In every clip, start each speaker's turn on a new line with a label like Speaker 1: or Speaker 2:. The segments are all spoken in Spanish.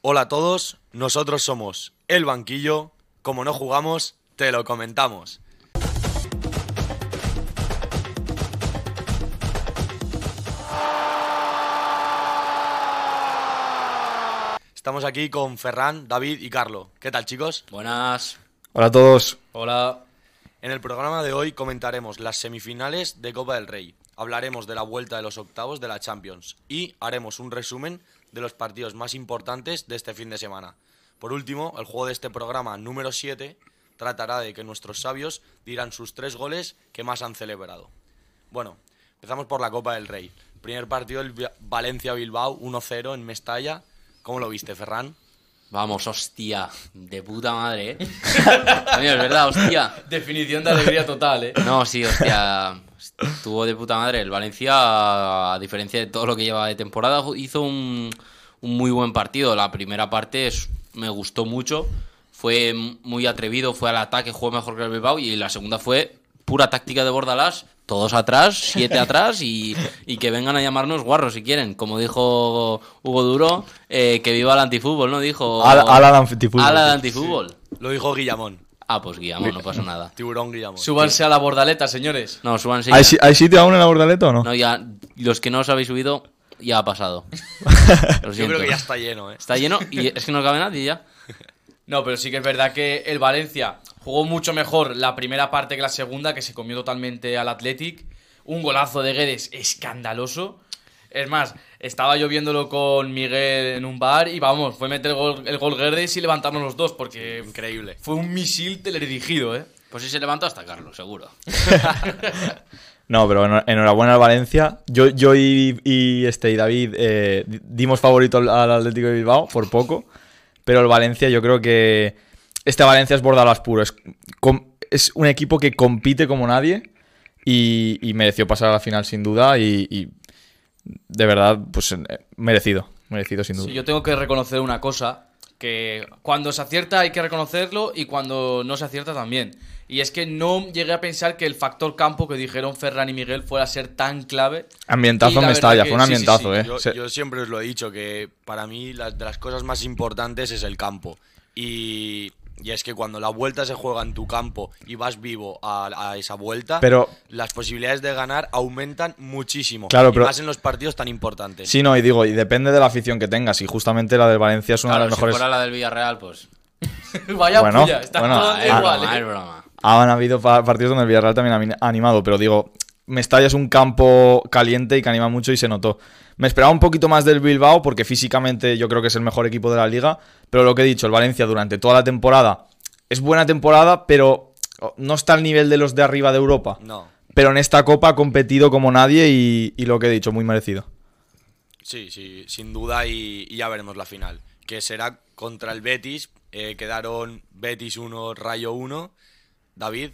Speaker 1: Hola a todos, nosotros somos El Banquillo. Como no jugamos, te lo comentamos. Estamos aquí con Ferran, David y Carlo. ¿Qué tal, chicos?
Speaker 2: Buenas.
Speaker 3: Hola a todos.
Speaker 2: Hola.
Speaker 1: En el programa de hoy comentaremos las semifinales de Copa del Rey, hablaremos de la vuelta de los octavos de la Champions y haremos un resumen de los partidos más importantes de este fin de semana. Por último, el juego de este programa número 7 tratará de que nuestros sabios dirán sus tres goles que más han celebrado. Bueno, empezamos por la Copa del Rey. Primer partido el Vi- Valencia-Bilbao 1-0 en Mestalla. ¿Cómo lo viste, Ferran?
Speaker 2: Vamos, hostia. De puta madre, eh. Coño, es verdad, hostia.
Speaker 4: Definición de alegría total, ¿eh?
Speaker 2: No, sí, hostia. Estuvo de puta madre. El Valencia, a diferencia de todo lo que lleva de temporada, ju- hizo un, un muy buen partido. La primera parte es- me gustó mucho. Fue m- muy atrevido, fue al ataque, jugó mejor que el Bilbao. Y la segunda fue pura táctica de Bordalás. Todos atrás, siete atrás y, y que vengan a llamarnos guarros si quieren. Como dijo Hugo Duro, eh, que viva el antifútbol, ¿no? Dijo...
Speaker 3: Al- ala de antifútbol.
Speaker 2: Ala de antifútbol.
Speaker 1: Lo dijo Guillamón,
Speaker 2: Ah, pues guiamos, no pasa nada.
Speaker 1: tiburón Guillamón.
Speaker 4: Súbanse a la bordaleta, señores.
Speaker 2: No, súbanse
Speaker 3: ¿Hay,
Speaker 2: ya.
Speaker 3: si- hay sitio aún en la bordaleta o no?
Speaker 2: No, ya, los que no os habéis subido, ya ha pasado. Lo
Speaker 1: Yo
Speaker 2: siento.
Speaker 1: creo que ya está lleno, ¿eh?
Speaker 2: Está lleno y es que no cabe nadie ya.
Speaker 4: No, pero sí que es verdad que el Valencia jugó mucho mejor la primera parte que la segunda, que se comió totalmente al Athletic. Un golazo de Guedes escandaloso. Es más, estaba yo viéndolo con Miguel en un bar y vamos, fue meter el gol, el gol Guedes y levantarnos los dos, porque
Speaker 1: Increíble.
Speaker 4: fue un misil teledirigido, ¿eh?
Speaker 2: Pues si se levantó hasta Carlos, seguro.
Speaker 3: No, pero eno- enhorabuena al Valencia. Yo, yo y, y este y David eh, di- dimos favorito al, al Atlético de Bilbao por poco, pero el Valencia yo creo que este Valencia es Bordalas puro. Es, com- es un equipo que compite como nadie y, y mereció pasar a la final sin duda y, y de verdad pues eh, merecido, merecido sin duda.
Speaker 4: Sí, yo tengo que reconocer una cosa, que cuando se acierta hay que reconocerlo y cuando no se acierta también. Y es que no llegué a pensar que el factor campo que dijeron Ferran y Miguel fuera a ser tan clave. Y
Speaker 3: Ambientazo
Speaker 4: la
Speaker 3: en
Speaker 4: verdad
Speaker 3: Mestalla,
Speaker 4: que-
Speaker 3: fue un
Speaker 4: sí, sí,
Speaker 3: ambientazo,
Speaker 4: sí,
Speaker 3: eh.
Speaker 1: Yo,
Speaker 3: Se-
Speaker 1: yo siempre os lo he dicho, que para mí las, de las cosas más importantes es el campo. Y, y es que cuando la vuelta se juega en tu campo y vas vivo a, a esa vuelta,
Speaker 3: Pero-
Speaker 1: las posibilidades de ganar aumentan muchísimo.
Speaker 3: Claro,
Speaker 1: y
Speaker 3: pero-
Speaker 1: más en los partidos tan importantes.
Speaker 3: Sí, no, y digo, y depende de la afición que tengas. Y justamente la del Valencia es una
Speaker 2: Claro,
Speaker 3: de las mejores.
Speaker 2: Si fuera la del Villarreal, pues.
Speaker 4: Vaya
Speaker 3: Bueno,
Speaker 4: puya, está
Speaker 3: bueno,
Speaker 4: todo
Speaker 2: Ah, es
Speaker 4: igual.
Speaker 2: broma,
Speaker 4: ¿eh?
Speaker 2: es broma.
Speaker 3: Han habido pa- partidos donde el Villarreal también ha min- ha animado, pero digo, Mestalla es un campo caliente y que anima mucho y se notó. Me esperaba un poquito más del Bilbao porque físicamente yo creo que es el mejor equipo de la liga, pero lo que he dicho, el Valencia durante toda la temporada es buena temporada, pero oh, no está al nivel de los de arriba de Europa.
Speaker 1: No,
Speaker 3: Pero en esta copa ha competido como nadie y, y lo que he dicho, muy merecido.
Speaker 1: sí, sí, sin duda y, y ya veremos la final. Que será contra el Betis. eh, quedaron Betis 1, Rayo 1. David,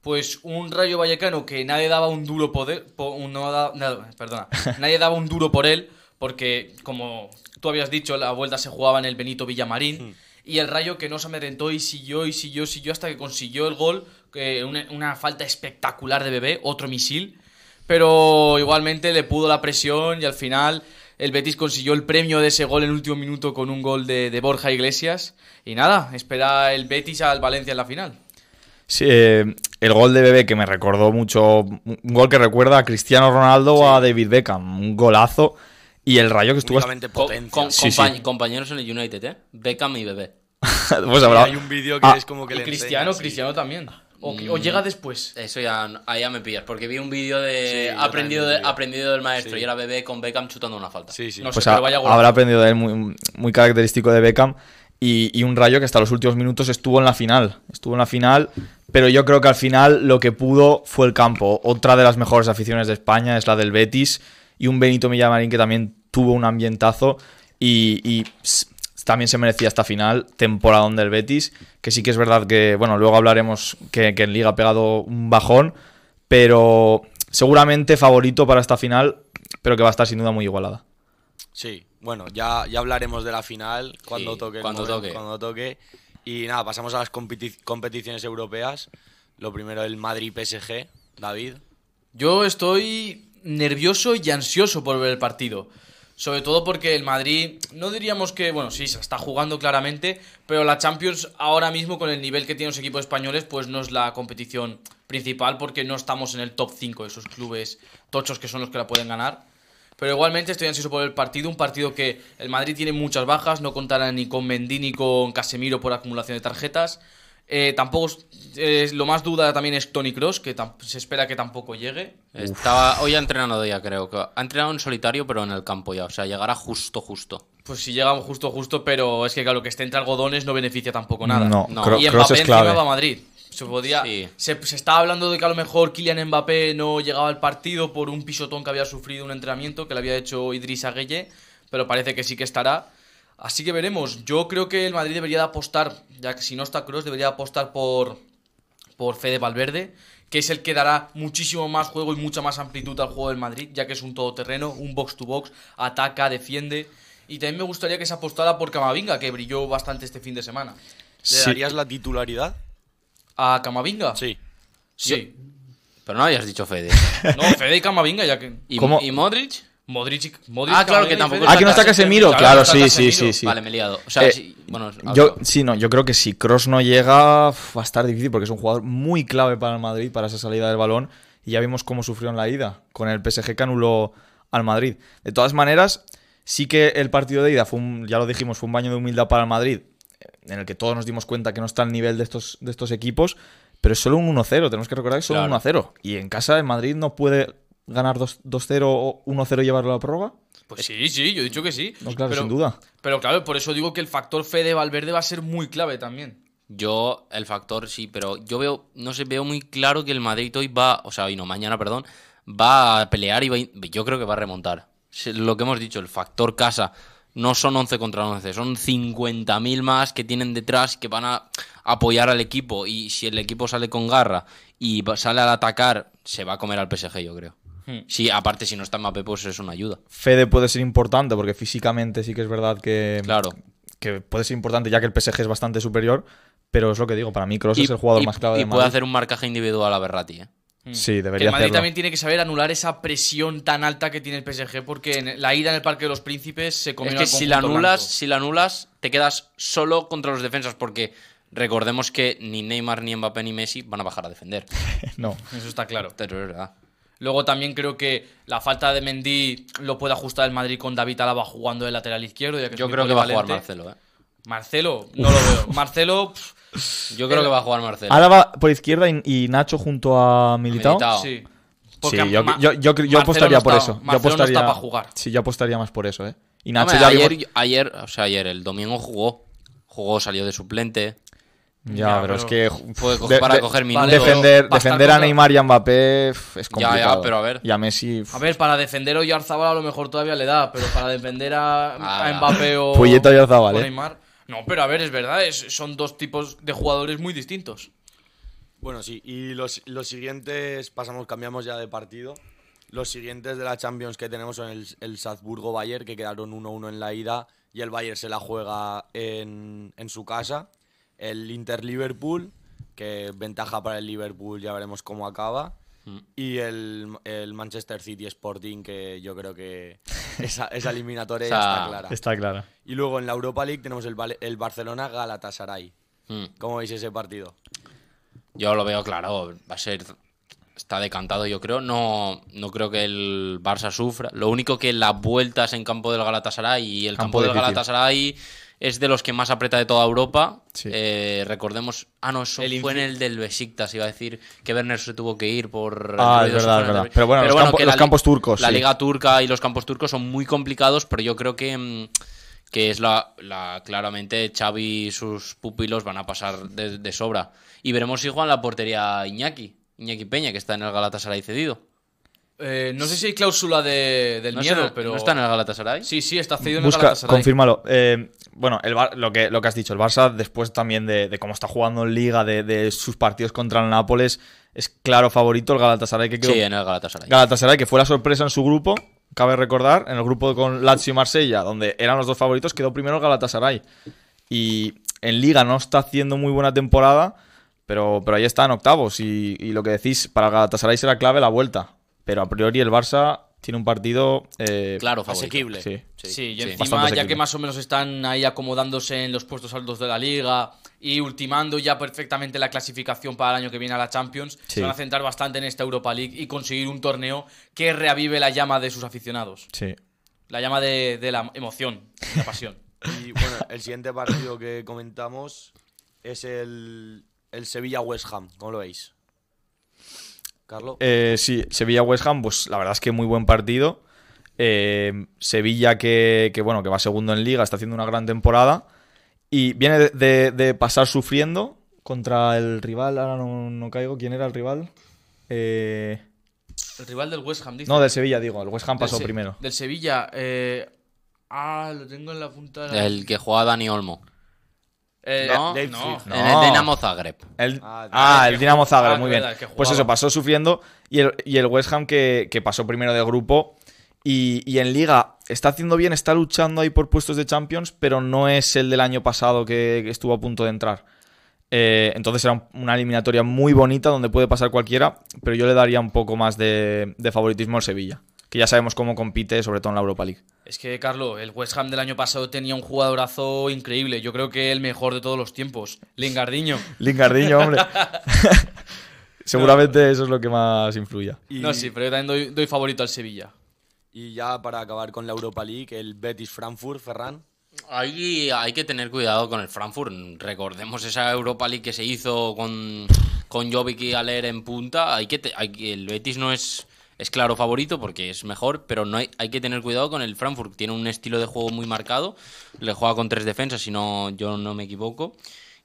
Speaker 4: Pues un Rayo Vallecano que nadie daba un duro poder, po- un- no da- nada, perdona, nadie daba un duro por él, porque como tú habías dicho, la vuelta se jugaba en el Benito Villamarín, y el Rayo que no se amedrentó y siguió y siguió y siguió hasta que consiguió el gol, que una, una falta espectacular de bebé, otro misil, pero igualmente le pudo la presión y al final el Betis consiguió el premio de ese gol en el último minuto con un gol de, de Borja Iglesias, y nada, espera el Betis al Valencia en la final.
Speaker 3: Sí, eh, el gol de Bebé que me recordó mucho, un gol que recuerda a Cristiano Ronaldo o a David Beckham, un golazo y el rayo que estuvo...
Speaker 1: únicamente
Speaker 2: Co-
Speaker 1: potencia.
Speaker 2: con-
Speaker 3: Sí,
Speaker 2: compañ-
Speaker 3: sí.
Speaker 2: Compañeros en el United, ¿eh? Beckham y Bebé.
Speaker 3: Pues habrá-
Speaker 1: Hay un vídeo que
Speaker 3: Ah,
Speaker 1: es como que
Speaker 4: Y
Speaker 1: le enseña,
Speaker 4: Cristiano,
Speaker 1: sí. Mm.
Speaker 4: Cristiano también. O, o llega después.
Speaker 2: Eso ya, no- ahí ya me pillas, porque vi un vídeo
Speaker 1: Sí,
Speaker 2: de
Speaker 1: yo
Speaker 2: aprendido,
Speaker 1: también
Speaker 2: de-
Speaker 1: lo vi.
Speaker 2: aprendido del maestro
Speaker 1: Sí.
Speaker 2: y era Bebé con Beckham chutando una falta.
Speaker 1: Sí, sí.
Speaker 4: No sé,
Speaker 3: pues
Speaker 4: pero
Speaker 3: ha-
Speaker 4: vaya golazo.
Speaker 3: habrá aprendido de él, muy, muy característico de Beckham. Y, y un rayo que hasta los últimos minutos estuvo en la final. Estuvo en la final, pero yo creo que al final lo que pudo fue el campo. Otra de las mejores aficiones de España es la del Betis. Y un Benito Millamarín que también tuvo un ambientazo. Y, y, ps, también se merecía esta final, temporadón del Betis. Que sí que es verdad que, bueno, luego hablaremos que, que en Liga ha pegado un bajón. Pero seguramente favorito para esta final, pero que va a estar sin duda muy igualada.
Speaker 1: Sí, bueno, ya, ya hablaremos de la final cuando
Speaker 2: Sí,
Speaker 1: toque. el
Speaker 2: cuando toque.
Speaker 1: Cuando toque. Y nada, pasamos a las competi- competiciones europeas. Lo primero, el Madrid-PSG. David,
Speaker 4: Yo estoy nervioso y ansioso por ver el partido. Sobre todo porque el Madrid, no diríamos que, bueno, sí, se la está jugando claramente, pero la Champions ahora mismo con el nivel que tienen los equipos españoles, pues no es la competición principal porque no estamos en el top 5 de esos clubes tochos que son los que la pueden ganar. Pero igualmente estoy ansioso por el partido, un partido que el Madrid tiene muchas bajas, no contará ni con Mendy ni con Casemiro por acumulación de tarjetas. Eh, tampoco es- eh, lo más duda también es Tony Cross, que tam- se espera que tampoco llegue.
Speaker 2: Estaba hoy ha entrenado ya, creo. que Ha entrenado en solitario, pero en el campo ya. O sea, llegará justo, justo.
Speaker 4: Pues si llega justo, justo, pero es que claro, que esté entre algodones no beneficia tampoco nada.
Speaker 3: No,
Speaker 2: No.
Speaker 3: Cro-
Speaker 4: y Mbappé
Speaker 3: Cross es
Speaker 4: encima
Speaker 3: clave.
Speaker 4: va a Madrid. Se podía.
Speaker 2: Sí.
Speaker 4: Se, se estaba hablando de que a lo mejor Kylian Mbappé no llegaba al partido por un pisotón que había sufrido un entrenamiento que le había hecho Idris Gueye, pero parece que sí que estará. Así que veremos. Yo creo que el Madrid debería de apostar, ya que si no está Cross, debería apostar por, por Fede Valverde, que es el que dará muchísimo más juego y mucha más amplitud al juego del Madrid, ya que es un todoterreno, un box to box, ataca, defiende. Y también me gustaría que se apostara por Camavinga, que brilló bastante este fin de semana.
Speaker 1: ¿Le
Speaker 3: Sí.
Speaker 1: darías la titularidad?
Speaker 4: ¿A Camavinga?
Speaker 1: Sí.
Speaker 4: Sí.
Speaker 2: Pero no habías dicho Fede.
Speaker 4: No, Fede y Camavinga, ya que.
Speaker 2: ¿Y,
Speaker 3: ¿Cómo?
Speaker 2: y Modric?
Speaker 4: Modric, y- Modric,
Speaker 2: Ah, claro,
Speaker 4: Camavinga
Speaker 2: que
Speaker 4: y
Speaker 2: tampoco
Speaker 4: Fede.
Speaker 3: Ah, que no está Casemiro, claro,
Speaker 4: no está
Speaker 3: sí, sí,
Speaker 4: Casemiro.
Speaker 3: sí, sí.
Speaker 2: Vale, me he liado. O sea,
Speaker 3: Eh,
Speaker 2: sí, bueno,
Speaker 3: Yo,
Speaker 2: hablo.
Speaker 3: sí, no, yo creo que si Cross no llega, uf, va a estar difícil porque es un jugador muy clave para el Madrid, para esa salida del balón. Y ya vimos cómo sufrió en la ida, con el PSG que anuló al Madrid. De todas maneras, sí que el partido de ida fue un, ya lo dijimos, fue un baño de humildad para el Madrid, eh, en el que todos nos dimos cuenta que no está al nivel de estos, de estos equipos, pero es solo un 1-0, tenemos que recordar que es solo
Speaker 2: Claro.
Speaker 3: un 1-0. Y en casa el Madrid no puede ganar 2- 2-0 o 1-0 y llevarlo a la prórroga.
Speaker 4: Pues sí, sí, yo he dicho que sí.
Speaker 3: No, claro,
Speaker 4: pero,
Speaker 3: sin duda.
Speaker 4: Pero claro, por eso digo que el factor Fede Valverde va a ser muy clave también.
Speaker 2: Yo, el factor sí, pero yo veo, no sé, veo muy claro que el Madrid hoy va, o sea, hoy no, mañana, perdón, va a pelear y va, a- yo creo que va a remontar. Es Lo que hemos dicho, el factor casa, no son 11 contra 11, son 50.000 más que tienen detrás que van a apoyar al equipo y si el equipo sale con garra y va- sale al atacar, se va a comer al PSG, yo creo.
Speaker 4: Hmm.
Speaker 2: Sí, aparte si no está Mbappé, pues es una ayuda.
Speaker 3: Fede puede ser importante porque físicamente sí que es verdad que,
Speaker 2: Claro.
Speaker 3: que puede ser importante ya que el PSG es bastante superior, pero es lo que digo, para mí Kroos Pues es el jugador
Speaker 2: y-
Speaker 3: más clave
Speaker 2: y
Speaker 3: del
Speaker 2: puede
Speaker 3: Madrid.
Speaker 2: hacer un marcaje individual a Berratti, ¿eh?
Speaker 3: Sí,
Speaker 4: Que el
Speaker 3: debería
Speaker 4: Madrid
Speaker 3: hacerlo.
Speaker 4: también tiene que saber anular esa presión tan alta que tiene el PSG, porque en la ida en el Parque de los Príncipes se comió
Speaker 2: Es
Speaker 4: al
Speaker 2: que si la
Speaker 4: conjunto
Speaker 2: anulas,
Speaker 4: blanco.
Speaker 2: si la anulas, te quedas solo contra los defensas, porque recordemos que ni Neymar, ni Mbappé, ni Messi van a bajar a defender.
Speaker 3: No.
Speaker 4: Eso está claro.
Speaker 2: Pero es verdad.
Speaker 4: Luego también creo que la falta de Mendy lo puede ajustar el Madrid con David Alaba jugando de lateral izquierdo. ya que es
Speaker 2: Yo
Speaker 4: muy
Speaker 2: creo que va a jugar
Speaker 4: polivalente.
Speaker 2: Marcelo, ¿eh?
Speaker 4: Marcelo, no lo veo. Marcelo, pff,
Speaker 2: Yo creo
Speaker 4: El-
Speaker 2: que va a jugar Marcelo.
Speaker 3: Álava por izquierda y, y Nacho junto a Militao.
Speaker 2: Militao. Claro.
Speaker 4: sí.
Speaker 3: Sí, yo,
Speaker 4: Ma-
Speaker 3: yo- yo cre-
Speaker 4: Marcelo
Speaker 3: yo apostaría
Speaker 4: no
Speaker 3: por
Speaker 4: está-
Speaker 3: eso.
Speaker 4: Marcelo
Speaker 3: yo apostaría,
Speaker 4: no está para jugar.
Speaker 3: Sí, yo apostaría más por eso, ¿eh? Y Nacho
Speaker 2: Hombre,
Speaker 3: ya vimos-
Speaker 2: ayer, ayer, o sea, ayer, el domingo jugó. Jugó, salió de suplente.
Speaker 3: Ya,
Speaker 4: Ya,
Speaker 3: pero es
Speaker 4: pero-
Speaker 3: que... ju-
Speaker 2: Fue co-
Speaker 3: de-
Speaker 2: para
Speaker 3: de-
Speaker 2: coger
Speaker 4: Vale,
Speaker 2: minutos.
Speaker 3: defender
Speaker 4: va a estar
Speaker 3: defender a
Speaker 4: contra-
Speaker 3: Neymar y a Mbappé f, es complicado.
Speaker 2: pero a ver.
Speaker 3: Y a Messi... f,
Speaker 4: A ver, para defender a Oyarzabal a lo mejor todavía le da, pero para defender a,
Speaker 2: Ah.
Speaker 4: a Mbappé o,
Speaker 3: Poyet Oyarzabal,
Speaker 4: o
Speaker 3: ¿eh?
Speaker 4: Neymar. No, pero a ver, es verdad, es- son dos tipos de jugadores muy distintos.
Speaker 1: Bueno, sí, y los, los siguientes, pasamos, cambiamos ya de partido. Los siguientes de la Champions que tenemos son el, el Salzburgo-Bayern, que quedaron 1-1 en la ida, y el Bayern se la juega en, en su casa. El Inter-Liverpool, que ventaja para el Liverpool, ya veremos cómo acaba.
Speaker 2: Mm.
Speaker 1: Y el, el Manchester City Sporting, que yo creo que esa, esa eliminatoria
Speaker 2: O
Speaker 1: ya
Speaker 2: sea,
Speaker 1: está clara.
Speaker 3: Está claro.
Speaker 1: Y luego en la Europa League tenemos el, Vale- el Barcelona-Galatasaray.
Speaker 2: Mm.
Speaker 1: ¿Cómo veis ese partido?
Speaker 2: Yo lo veo claro, va a ser. Está decantado, yo creo. No, no creo que el Barça sufra. Lo único que las vueltas en campo del Galatasaray y el campo,
Speaker 3: Campo
Speaker 2: del
Speaker 3: difícil.
Speaker 2: Galatasaray es de los que más aprieta de toda Europa.
Speaker 3: Sí.
Speaker 2: Eh, recordemos. Ah, no, eso
Speaker 4: El
Speaker 2: fue en
Speaker 4: infi-
Speaker 2: el del Besiktas, iba a decir que Werner se tuvo que ir por. el
Speaker 3: Ah, es
Speaker 2: ruido
Speaker 3: verdad,
Speaker 2: sufragante.
Speaker 3: es verdad. Pero bueno, los campo-
Speaker 2: que
Speaker 3: los
Speaker 2: li-
Speaker 3: campos turcos,
Speaker 2: La
Speaker 3: sí.
Speaker 2: Liga Turca y los campos turcos son muy complicados, pero yo creo que. mm, que es la, la- claramente Xavi y sus pupilos van a pasar de, de sobra. Y veremos si juega en la portería Iñaki, Iñaki Peña, que está en el Galatasaray cedido.
Speaker 4: Eh, no sé si hay cláusula de- del
Speaker 2: No,
Speaker 4: miedo,
Speaker 2: está, en-
Speaker 4: pero...
Speaker 2: ¿no está en el Galatasaray?
Speaker 4: Sí, sí, está cedido en el
Speaker 3: Busca,
Speaker 4: Galatasaray.
Speaker 3: confírmalo. Eh, bueno, el Bar- lo, que, lo que has dicho, el Barça, después también de, de cómo está jugando en Liga, de, de sus partidos contra el Nápoles, es claro favorito el Galatasaray que quedó.
Speaker 2: Sí, en el Galatasaray.
Speaker 3: Galatasaray, que fue la sorpresa en su grupo, cabe recordar, en el grupo con Lazio y Marsella, donde eran los dos favoritos, quedó primero el Galatasaray. Y en Liga no está haciendo muy buena temporada, pero, pero ahí está en octavos. Y, y lo que decís, para el Galatasaray será clave la vuelta. Pero a priori el Barça tiene un partido. eh,
Speaker 2: Claro, favorito.
Speaker 1: Asequible.
Speaker 3: Sí.
Speaker 4: Sí, y
Speaker 2: sí.
Speaker 3: Bastante
Speaker 4: encima, ya que
Speaker 3: asequible.
Speaker 4: más o menos están ahí acomodándose en los puestos altos de la liga y ultimando ya perfectamente la clasificación para el año que viene a la Champions,
Speaker 3: Sí.
Speaker 4: se van a centrar bastante en esta Europa League y conseguir un torneo que reavive la llama de sus aficionados.
Speaker 3: Sí.
Speaker 4: La llama de, de la emoción, de la pasión.
Speaker 1: Y bueno, el siguiente partido que comentamos es el, el Sevilla-West Ham. ¿Cómo lo veis? Carlos.
Speaker 3: Eh, sí, Sevilla-West Ham, pues la verdad es que muy buen partido. Eh, Sevilla que, que, bueno, que va segundo en liga, está haciendo una gran temporada. Y viene de, de- de pasar sufriendo contra el rival, ahora no, no caigo, ¿quién era el rival? Eh,
Speaker 4: El rival del West Ham, dice.
Speaker 3: no, del Sevilla, digo, el West Ham
Speaker 4: Del
Speaker 3: pasó
Speaker 4: Se-
Speaker 3: primero.
Speaker 4: Del Sevilla. eh, Ah, lo tengo en la punta de la...
Speaker 2: El que juega Dani Olmo.
Speaker 4: Eh,
Speaker 2: No,
Speaker 1: Leipzig.
Speaker 4: no.
Speaker 3: No.
Speaker 2: En el Dinamo Zagreb.
Speaker 3: El-
Speaker 1: Ah,
Speaker 3: ah,
Speaker 1: el
Speaker 3: el Dinamo Zagreb,
Speaker 4: ah,
Speaker 3: muy
Speaker 4: es
Speaker 3: bien.
Speaker 4: verdad, el que
Speaker 3: Pues eso,
Speaker 4: jugaba.
Speaker 3: pasó sufriendo y el, y el West Ham que, que pasó primero de grupo y, y en liga está haciendo bien, está luchando ahí por puestos de Champions, pero no es el del año pasado que, que estuvo a punto de entrar. Eh, entonces era un- una eliminatoria muy bonita donde puede pasar cualquiera, pero yo le daría un poco más de, de favoritismo al Sevilla, que ya sabemos cómo compite, sobre todo en la Europa League.
Speaker 4: Es que, Carlos, el West Ham del año pasado tenía un jugadorazo increíble. Yo creo que el mejor de todos los tiempos. Lingardiño.
Speaker 3: Lingardiño, hombre. Seguramente eso es lo que más influya.
Speaker 1: Y-
Speaker 4: No, sí, pero yo también doy, doy favorito al Sevilla.
Speaker 1: Y ya para acabar con la Europa League, el Betis Frankfurt, Ferran.
Speaker 2: Ahí hay que tener cuidado con el Frankfurt. Recordemos esa Europa League que se hizo con, con Jovic y Aler en punta. Hay que te- hay que- el Betis no es, es claro favorito porque es mejor, pero no hay, hay que tener cuidado con el Frankfurt. Tiene un estilo de juego muy marcado. Le juega con tres defensas, si no, yo no me equivoco.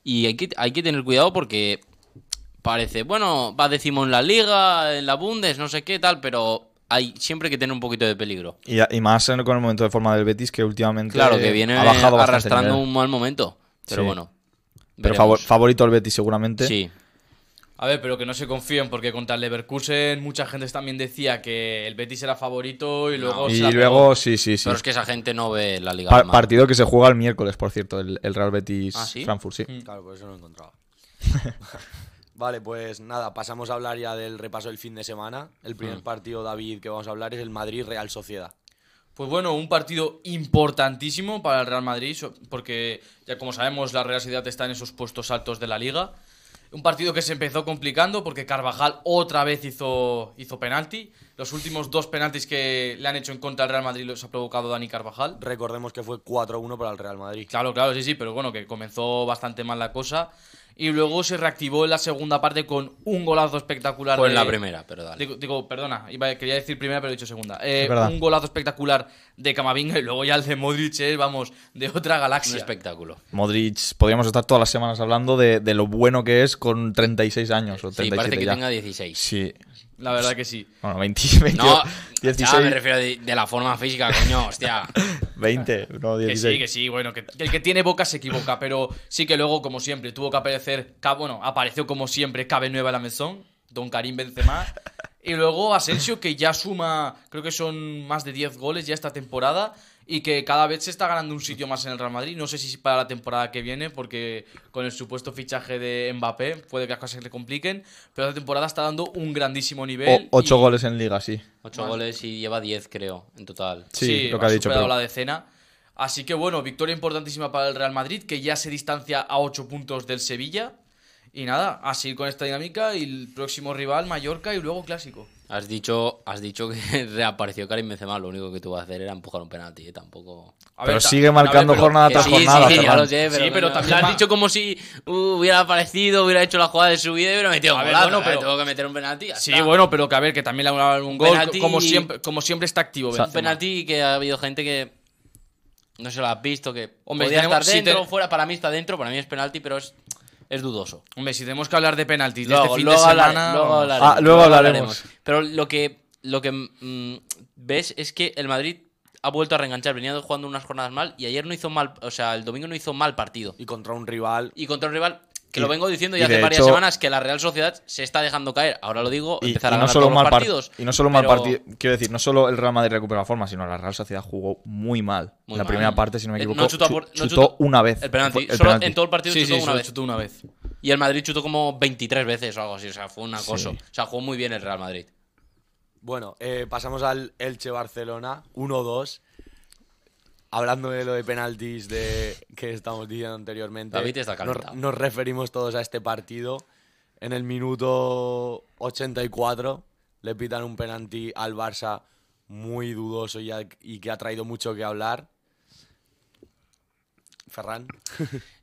Speaker 2: Y hay que, hay que tener cuidado porque parece, bueno, va décimo en la Liga, en la Bundes, no sé qué, tal, pero hay siempre hay que tener un poquito de peligro.
Speaker 3: Y, y más en- con el momento de forma del Betis que últimamente
Speaker 2: Claro, que viene
Speaker 3: ha bajado bastante el
Speaker 2: arrastrando
Speaker 3: nivel.
Speaker 2: un mal momento. Pero
Speaker 3: Sí.
Speaker 2: bueno.
Speaker 3: Pero
Speaker 2: veremos.
Speaker 3: favor- favorito al Betis seguramente.
Speaker 2: Sí.
Speaker 4: A ver, pero que no se confíen, porque contra el Leverkusen mucha gente también decía que el Betis era favorito y luego... se
Speaker 3: Y
Speaker 4: la pegó.
Speaker 3: luego, sí, sí, sí.
Speaker 2: Pero es que esa gente no ve la Liga
Speaker 3: Pa-
Speaker 2: Alemana.
Speaker 3: partido que se juega el miércoles, por cierto, el, el Real Betis
Speaker 2: ¿Ah, sí?
Speaker 3: Frankfurt, sí.
Speaker 1: Claro, por eso no he encontrado. vale, pues nada, pasamos a hablar ya del repaso del fin de semana. El primer partido, David, que vamos a hablar es el Madrid-Real Sociedad.
Speaker 4: Pues bueno, un partido importantísimo para el Real Madrid, so- porque ya como sabemos la Real Sociedad está en esos puestos altos de la liga. Un partido que se empezó complicando porque Carvajal otra vez hizo, hizo penalti. Los últimos dos penaltis que le han hecho en contra al Real Madrid los ha provocado Dani Carvajal.
Speaker 1: Recordemos que fue 4-1 para el Real Madrid.
Speaker 4: Claro, claro, sí, sí, pero bueno, que comenzó bastante mal la cosa. Y luego se reactivó en la segunda parte con un golazo espectacular.
Speaker 2: Fue en
Speaker 4: de-
Speaker 2: la primera, pero dale.
Speaker 4: Digo, digo, perdona, iba- quería decir primera, pero he dicho segunda. Eh,
Speaker 3: Es verdad.
Speaker 4: un golazo espectacular de Camavinga y luego ya el de Modric, es, vamos, de otra
Speaker 2: Un
Speaker 4: galaxia.
Speaker 2: espectáculo.
Speaker 3: Modric, podríamos estar todas las semanas hablando de, de lo bueno que es con 36 años o 37
Speaker 2: Sí, parece que
Speaker 3: ya.
Speaker 2: tenga 16.
Speaker 3: Sí.
Speaker 4: La verdad que sí.
Speaker 3: Bueno, 20, 20
Speaker 2: No,
Speaker 3: 16,
Speaker 2: ya me refiero de, de la forma física, coño, hostia.
Speaker 3: 20, no
Speaker 4: Que
Speaker 3: 16.
Speaker 4: sí, que sí, bueno, que, que el que tiene boca se equivoca, pero sí que luego, como siempre, tuvo que aparecer, Ca- bueno, apareció como siempre Cabe Nueva la Mesón, Don Karim Benzema, y luego Asensio, que ya suma, creo que son más de 10 goles ya esta temporada, y que cada vez se está ganando un sitio más en el Real Madrid, no sé si para la temporada que viene, porque con el supuesto fichaje de Mbappé puede que las cosas se le compliquen, pero esta temporada está dando un grandísimo nivel.
Speaker 3: O- ocho
Speaker 4: y-
Speaker 3: goles en liga, sí.
Speaker 2: 8 goles y lleva 10, creo, en total.
Speaker 3: Sí, lo que
Speaker 4: ha
Speaker 3: ha dicho.
Speaker 4: superado
Speaker 3: pero-
Speaker 4: la decena. Así que bueno, victoria importantísima para el Real Madrid, que ya se distancia a 8 puntos del Sevilla. Y nada, a seguir con esta dinámica y el próximo rival, Mallorca, y luego Clásico.
Speaker 2: Has dicho, has dicho que reapareció Karim Benzema, lo único que tuvo que hacer era empujar un penalti, eh, tampoco...
Speaker 4: A
Speaker 3: Pero
Speaker 4: ta-
Speaker 3: sigue
Speaker 4: a
Speaker 3: marcando
Speaker 4: pero-
Speaker 3: jornada
Speaker 4: que
Speaker 3: tras
Speaker 4: sí,
Speaker 2: sí,
Speaker 3: jornada,
Speaker 2: sí, ya
Speaker 3: Ferran.
Speaker 2: lo sé, pero,
Speaker 4: Sí, pero
Speaker 2: coño,
Speaker 4: también
Speaker 2: lo has
Speaker 4: ma-
Speaker 2: dicho como si uh, hubiera aparecido, hubiera hecho la jugada de su vida y hubiera metido un
Speaker 4: A ver,
Speaker 2: golazo,
Speaker 4: bueno,
Speaker 2: eh,
Speaker 4: pero-
Speaker 2: Tuvo que meter un penalti, ya
Speaker 4: Sí,
Speaker 2: está.
Speaker 4: bueno, pero que a ver, que también le ha dado un gol.
Speaker 2: penalti-
Speaker 4: Como, siempre, como siempre está activo.
Speaker 2: Un
Speaker 4: Benzema.
Speaker 2: penalti que ha habido gente que no se lo ha visto, que
Speaker 4: Hombre,
Speaker 2: podía
Speaker 4: tenemos-
Speaker 2: estar
Speaker 4: si
Speaker 2: dentro,
Speaker 4: te-
Speaker 2: fuera, para mí está dentro, para mí es penalti, pero es, es dudoso.
Speaker 4: Hombre, si tenemos que hablar de penaltis de
Speaker 2: Luego,
Speaker 4: este fin
Speaker 2: luego
Speaker 4: de
Speaker 2: habla-
Speaker 4: semana.
Speaker 2: luego
Speaker 4: vamos.
Speaker 2: hablaremos,
Speaker 3: Ah, luego hablaremos.
Speaker 2: Pero lo que, lo que mm, ves es que el Madrid ha vuelto a reenganchar, venía jugando unas jornadas mal y ayer no hizo mal, o sea, el domingo no hizo mal partido.
Speaker 1: Y contra un rival.
Speaker 2: Y contra un rival que
Speaker 3: Y-
Speaker 2: lo vengo diciendo
Speaker 3: y
Speaker 2: ya hace
Speaker 3: de
Speaker 2: varias
Speaker 3: hecho-
Speaker 2: semanas que la Real Sociedad se está dejando caer. Ahora lo digo,
Speaker 3: Y,
Speaker 2: empezar
Speaker 3: y
Speaker 2: a
Speaker 3: no
Speaker 2: ganar
Speaker 3: solo
Speaker 2: todos los
Speaker 3: mal par-
Speaker 2: partidos.
Speaker 3: y no solo mal
Speaker 2: pero-
Speaker 3: partido, quiero decir, no solo el Real Madrid recupera la forma, sino la Real Sociedad jugó muy mal.
Speaker 2: Muy
Speaker 3: la
Speaker 2: mal.
Speaker 3: primera parte, si no me
Speaker 2: Eh, no
Speaker 3: equivoco,
Speaker 2: chutó a
Speaker 3: chu-
Speaker 2: por- no
Speaker 3: chutó
Speaker 2: chutó
Speaker 3: una vez.
Speaker 2: El penalti.
Speaker 3: Fue- el
Speaker 2: Solo
Speaker 3: penalti.
Speaker 2: en todo el partido
Speaker 4: Sí,
Speaker 2: chutó
Speaker 4: sí,
Speaker 2: una
Speaker 4: solo
Speaker 2: vez.
Speaker 4: chutó una vez.
Speaker 2: Y el Madrid chutó como 23 veces o algo así. O sea, fue un acoso.
Speaker 3: Sí.
Speaker 2: O sea, jugó muy bien el Real Madrid.
Speaker 1: Bueno, eh, pasamos al Elche Barcelona, 1-2. Hablando de lo de penaltis de, que estamos diciendo anteriormente,
Speaker 2: David está
Speaker 1: nos,
Speaker 2: calentado.
Speaker 1: nos referimos todos a este partido. En el minuto 84 le pitan un penalti al Barça muy dudoso y, ha- y que ha traído mucho que hablar. Ferran,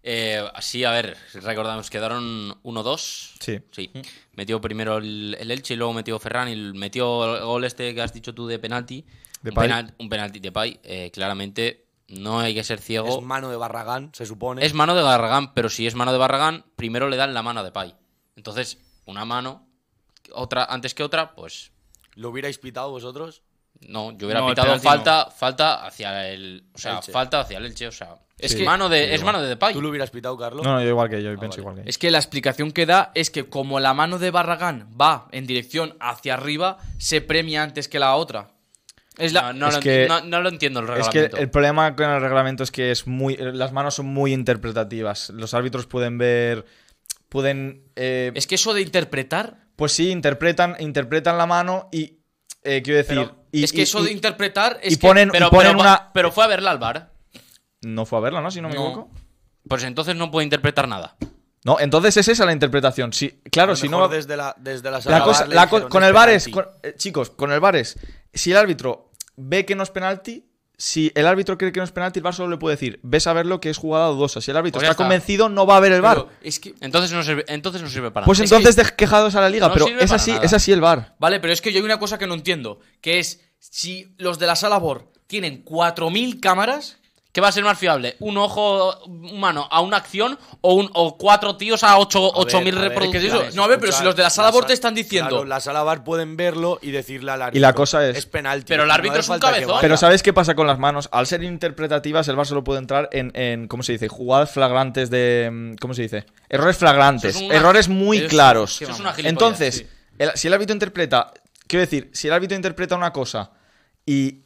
Speaker 2: Eh, sí, a ver, recordamos, quedaron 1-2.
Speaker 3: Sí. Mm.
Speaker 2: Metió primero el, el Elche y luego metió Ferran y el- metió el gol este que has dicho tú de penalti. Un,
Speaker 3: Depay.
Speaker 2: penal- un penalti de Pay. claramente no hay que ser ciego.
Speaker 1: es mano de Barragán, se supone.
Speaker 2: Es mano de Barragán, pero si es mano de Barragán, primero le dan la mano de Pay. Entonces, una mano, otra antes que otra, pues
Speaker 1: ¿Lo hubierais pitado vosotros?
Speaker 2: no, yo hubiera
Speaker 4: No, el
Speaker 2: pitado
Speaker 4: penalti
Speaker 2: falta, falta hacia el, o sea,
Speaker 1: Elche.
Speaker 2: falta hacia el Elche, o sea, es
Speaker 4: Sí. que-
Speaker 2: mano de, es
Speaker 3: igual.
Speaker 2: mano de Depay.
Speaker 1: ¿Tú lo hubieras pitado, Carlos?
Speaker 3: No, no, yo igual que yo,
Speaker 2: Ah,
Speaker 3: yo pienso
Speaker 1: vale.
Speaker 3: igual que
Speaker 4: Es que la explicación que da es que como la mano de Barragán va en dirección hacia arriba, se premia antes que la otra. Es
Speaker 2: No,
Speaker 4: la...
Speaker 2: no
Speaker 3: Es
Speaker 2: lo enti-
Speaker 3: que-
Speaker 2: no- no lo entiendo el
Speaker 3: Es
Speaker 2: reglamento.
Speaker 3: que el problema con el reglamento es que es muy, las manos son muy interpretativas. Los árbitros pueden ver, pueden, eh,
Speaker 4: Es que eso de interpretar...
Speaker 3: pues sí, interpretan, interpretan la mano y eh, quiero decir, y,
Speaker 4: es que
Speaker 3: y-
Speaker 4: eso de
Speaker 3: y-
Speaker 4: interpretar... Es
Speaker 3: y
Speaker 4: que-
Speaker 3: ponen-
Speaker 2: pero,
Speaker 3: ponen
Speaker 2: pero-
Speaker 3: una-
Speaker 2: pero fue a verla al bar.
Speaker 3: no fue a verla, ¿no? Si no me
Speaker 4: No.
Speaker 3: equivoco.
Speaker 2: Pues entonces no puede interpretar nada.
Speaker 3: No, entonces es esa la interpretación. Sí, claro,
Speaker 1: A lo
Speaker 3: si
Speaker 1: mejor
Speaker 3: no.
Speaker 1: desde la, desde la sala
Speaker 3: La
Speaker 1: VAR
Speaker 3: cosa,
Speaker 1: le
Speaker 3: la co-
Speaker 1: dijeron,
Speaker 3: con
Speaker 1: "Es
Speaker 3: el VAR es.
Speaker 1: penalti".
Speaker 3: con- eh, chicos, con el VAR es. Si el árbitro ve que no es penalti, si el árbitro cree que no es penalti, el VAR solo le puede decir, ves a verlo que es jugada dudosa. Si el árbitro
Speaker 2: Pues ya
Speaker 3: está,
Speaker 2: está.
Speaker 3: convencido, no va a ver el VAR.
Speaker 4: pero es que...
Speaker 2: Entonces no sirve, entonces no sirve para
Speaker 3: Pues
Speaker 2: nada.
Speaker 3: entonces de- quejados a la liga,
Speaker 2: no
Speaker 3: pero
Speaker 2: sirve
Speaker 3: es
Speaker 2: para
Speaker 3: así,
Speaker 2: nada.
Speaker 3: es así el VAR.
Speaker 4: Vale, pero es que yo hay una cosa que no entiendo, que es si los de la sala BOR tienen 4.000 cámaras,
Speaker 2: ¿Qué va a ser más fiable? ¿Un ojo humano a una acción o, un, o cuatro tíos a ocho-
Speaker 1: A ver,
Speaker 2: 8.000
Speaker 1: a ver,
Speaker 2: reproducciones?
Speaker 4: que es eso? No, a ver, pero si los de la sala VAR te están diciendo-
Speaker 1: Claro, la sala bar pueden verlo y decirle al árbitro.
Speaker 3: la cosa es-
Speaker 1: Es penalti.
Speaker 2: Pero el
Speaker 1: no
Speaker 2: árbitro
Speaker 1: hace
Speaker 2: es un
Speaker 1: falta que
Speaker 2: cabezón.
Speaker 1: vaya.
Speaker 3: Pero ¿sabes qué pasa con las manos? Al ser interpretativas, el VAR solo puede entrar en, en, ¿cómo se dice? Jugadas flagrantes de... mm, ¿Cómo se dice? Errores flagrantes,
Speaker 2: Eso es una-
Speaker 3: errores muy
Speaker 4: eso-
Speaker 3: claros.
Speaker 4: eso
Speaker 2: es una gilipollas,
Speaker 3: Entonces,
Speaker 4: sí.
Speaker 3: el- si el árbitro interpreta, quiero decir, si el árbitro interpreta una cosa y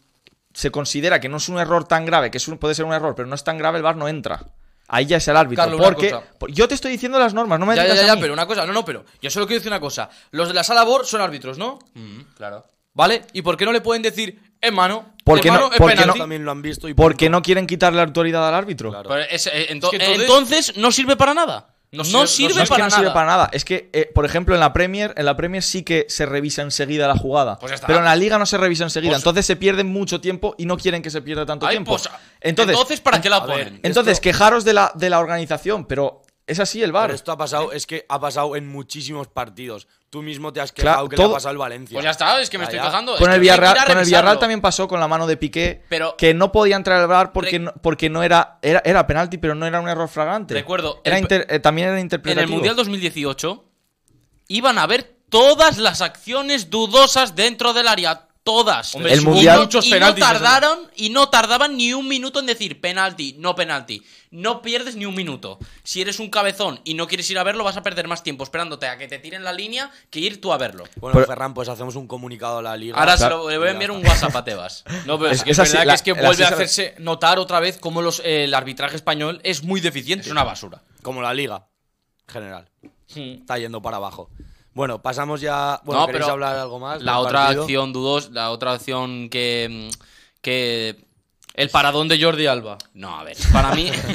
Speaker 3: se considera que no es un error tan grave, que es un- puede ser un error, pero no es tan grave, el VAR no entra. Ahí ya es el árbitro.
Speaker 4: Carlos, una
Speaker 3: porque
Speaker 4: cosa.
Speaker 3: por- yo te estoy diciendo las normas, no me
Speaker 4: ya, ya,
Speaker 3: digas
Speaker 4: ya,
Speaker 3: a mí.
Speaker 4: pero una cosa, no, no, pero yo solo quiero decir una cosa, los de la sala BOR son árbitros, ¿no?
Speaker 2: Mm, claro.
Speaker 4: ¿Vale? ¿Y por qué no le pueden decir en mano?
Speaker 3: ¿Por
Speaker 4: en
Speaker 3: qué no-
Speaker 4: mano, en
Speaker 3: por qué
Speaker 1: Ellos
Speaker 4: penalti"?
Speaker 1: también lo han visto y
Speaker 3: ¿Por qué no quieren quitarle autoridad al árbitro?
Speaker 1: Claro.
Speaker 2: Pero es- eh, ento-
Speaker 4: Es que entonces-
Speaker 2: entonces no sirve para nada.
Speaker 4: No
Speaker 2: No
Speaker 4: sirve-
Speaker 2: sirve,
Speaker 4: no
Speaker 3: No es que
Speaker 2: para
Speaker 3: no
Speaker 2: nada.
Speaker 3: sirve para nada. Es que, eh, por ejemplo, en la Premier, en la Premier sí que se revisa enseguida la jugada.
Speaker 2: Pues ya está.
Speaker 3: pero en la Liga no se revisa enseguida.
Speaker 2: Pues-
Speaker 3: entonces se pierde mucho tiempo y no quieren que se pierda tanto
Speaker 2: Ay,
Speaker 3: tiempo.
Speaker 2: pues,
Speaker 3: entonces,
Speaker 2: ¿para qué la
Speaker 1: a ver,
Speaker 2: ponen?
Speaker 3: entonces,
Speaker 1: esto-
Speaker 3: quejaros de la, de la organización, pero es así el
Speaker 1: Pero
Speaker 3: VAR.
Speaker 1: esto ha pasado, es que ha pasado en muchísimos partidos. Tú mismo te has
Speaker 3: Claro,
Speaker 1: quejado que le
Speaker 3: todo-
Speaker 1: ha pasado al Valencia.
Speaker 2: Pues ya está, es que me
Speaker 1: Ya,
Speaker 2: estoy
Speaker 1: ya.
Speaker 2: quejando. es
Speaker 3: Con
Speaker 2: que
Speaker 3: el,
Speaker 2: hay que ir a
Speaker 3: Villarreal, con el Villarreal
Speaker 2: revisarlo.
Speaker 3: también pasó con la mano de Piqué,
Speaker 2: Pero-
Speaker 3: que no podía entrar al VAR
Speaker 2: Re-
Speaker 3: porque no, porque no era, era era penalti, pero no era un error flagrante.
Speaker 2: Recuerdo,
Speaker 3: Era
Speaker 2: el-
Speaker 3: inter- eh, también era
Speaker 2: En
Speaker 3: interpretativo.
Speaker 2: el Mundial 2018 iban a ver todas las acciones dudosas dentro del área. Todas.
Speaker 4: Hombre,
Speaker 3: El
Speaker 2: Y
Speaker 3: Mundial-
Speaker 2: no-
Speaker 4: muchos
Speaker 2: y no
Speaker 4: penaltis, eso.
Speaker 2: tardaron y no tardaban ni un minuto en decir penalti, no penalti. No pierdes ni un minuto. Si eres un cabezón y no quieres ir a verlo, vas a perder más tiempo esperándote a que te tiren la línea que ir tú a verlo.
Speaker 1: Bueno,
Speaker 3: Pero-
Speaker 1: Ferran, pues hacemos un comunicado a la liga.
Speaker 2: Ahora se
Speaker 1: Claro.
Speaker 2: lo, le voy a
Speaker 1: Ya
Speaker 2: enviar un
Speaker 1: está.
Speaker 2: WhatsApp a Tebas.
Speaker 4: No, pero es,
Speaker 3: Es-
Speaker 4: que es
Speaker 3: es así,
Speaker 4: verdad
Speaker 3: la-
Speaker 4: que es que
Speaker 3: el
Speaker 4: vuelve a
Speaker 3: asesor-
Speaker 4: hacerse notar otra vez cómo los, eh, el arbitraje español es muy deficiente.
Speaker 2: Es una basura.
Speaker 1: Como la liga, en general.
Speaker 4: Hmm.
Speaker 1: Está yendo para abajo. Bueno, pasamos ya. Bueno,
Speaker 2: No,
Speaker 1: ¿queréis
Speaker 2: pero
Speaker 1: hablar algo más?
Speaker 2: La
Speaker 1: del
Speaker 2: otra
Speaker 1: partido?
Speaker 2: acción dudos, la otra acción que, mm, que
Speaker 4: El paradón de Jordi Alba.
Speaker 2: no, a ver, para mí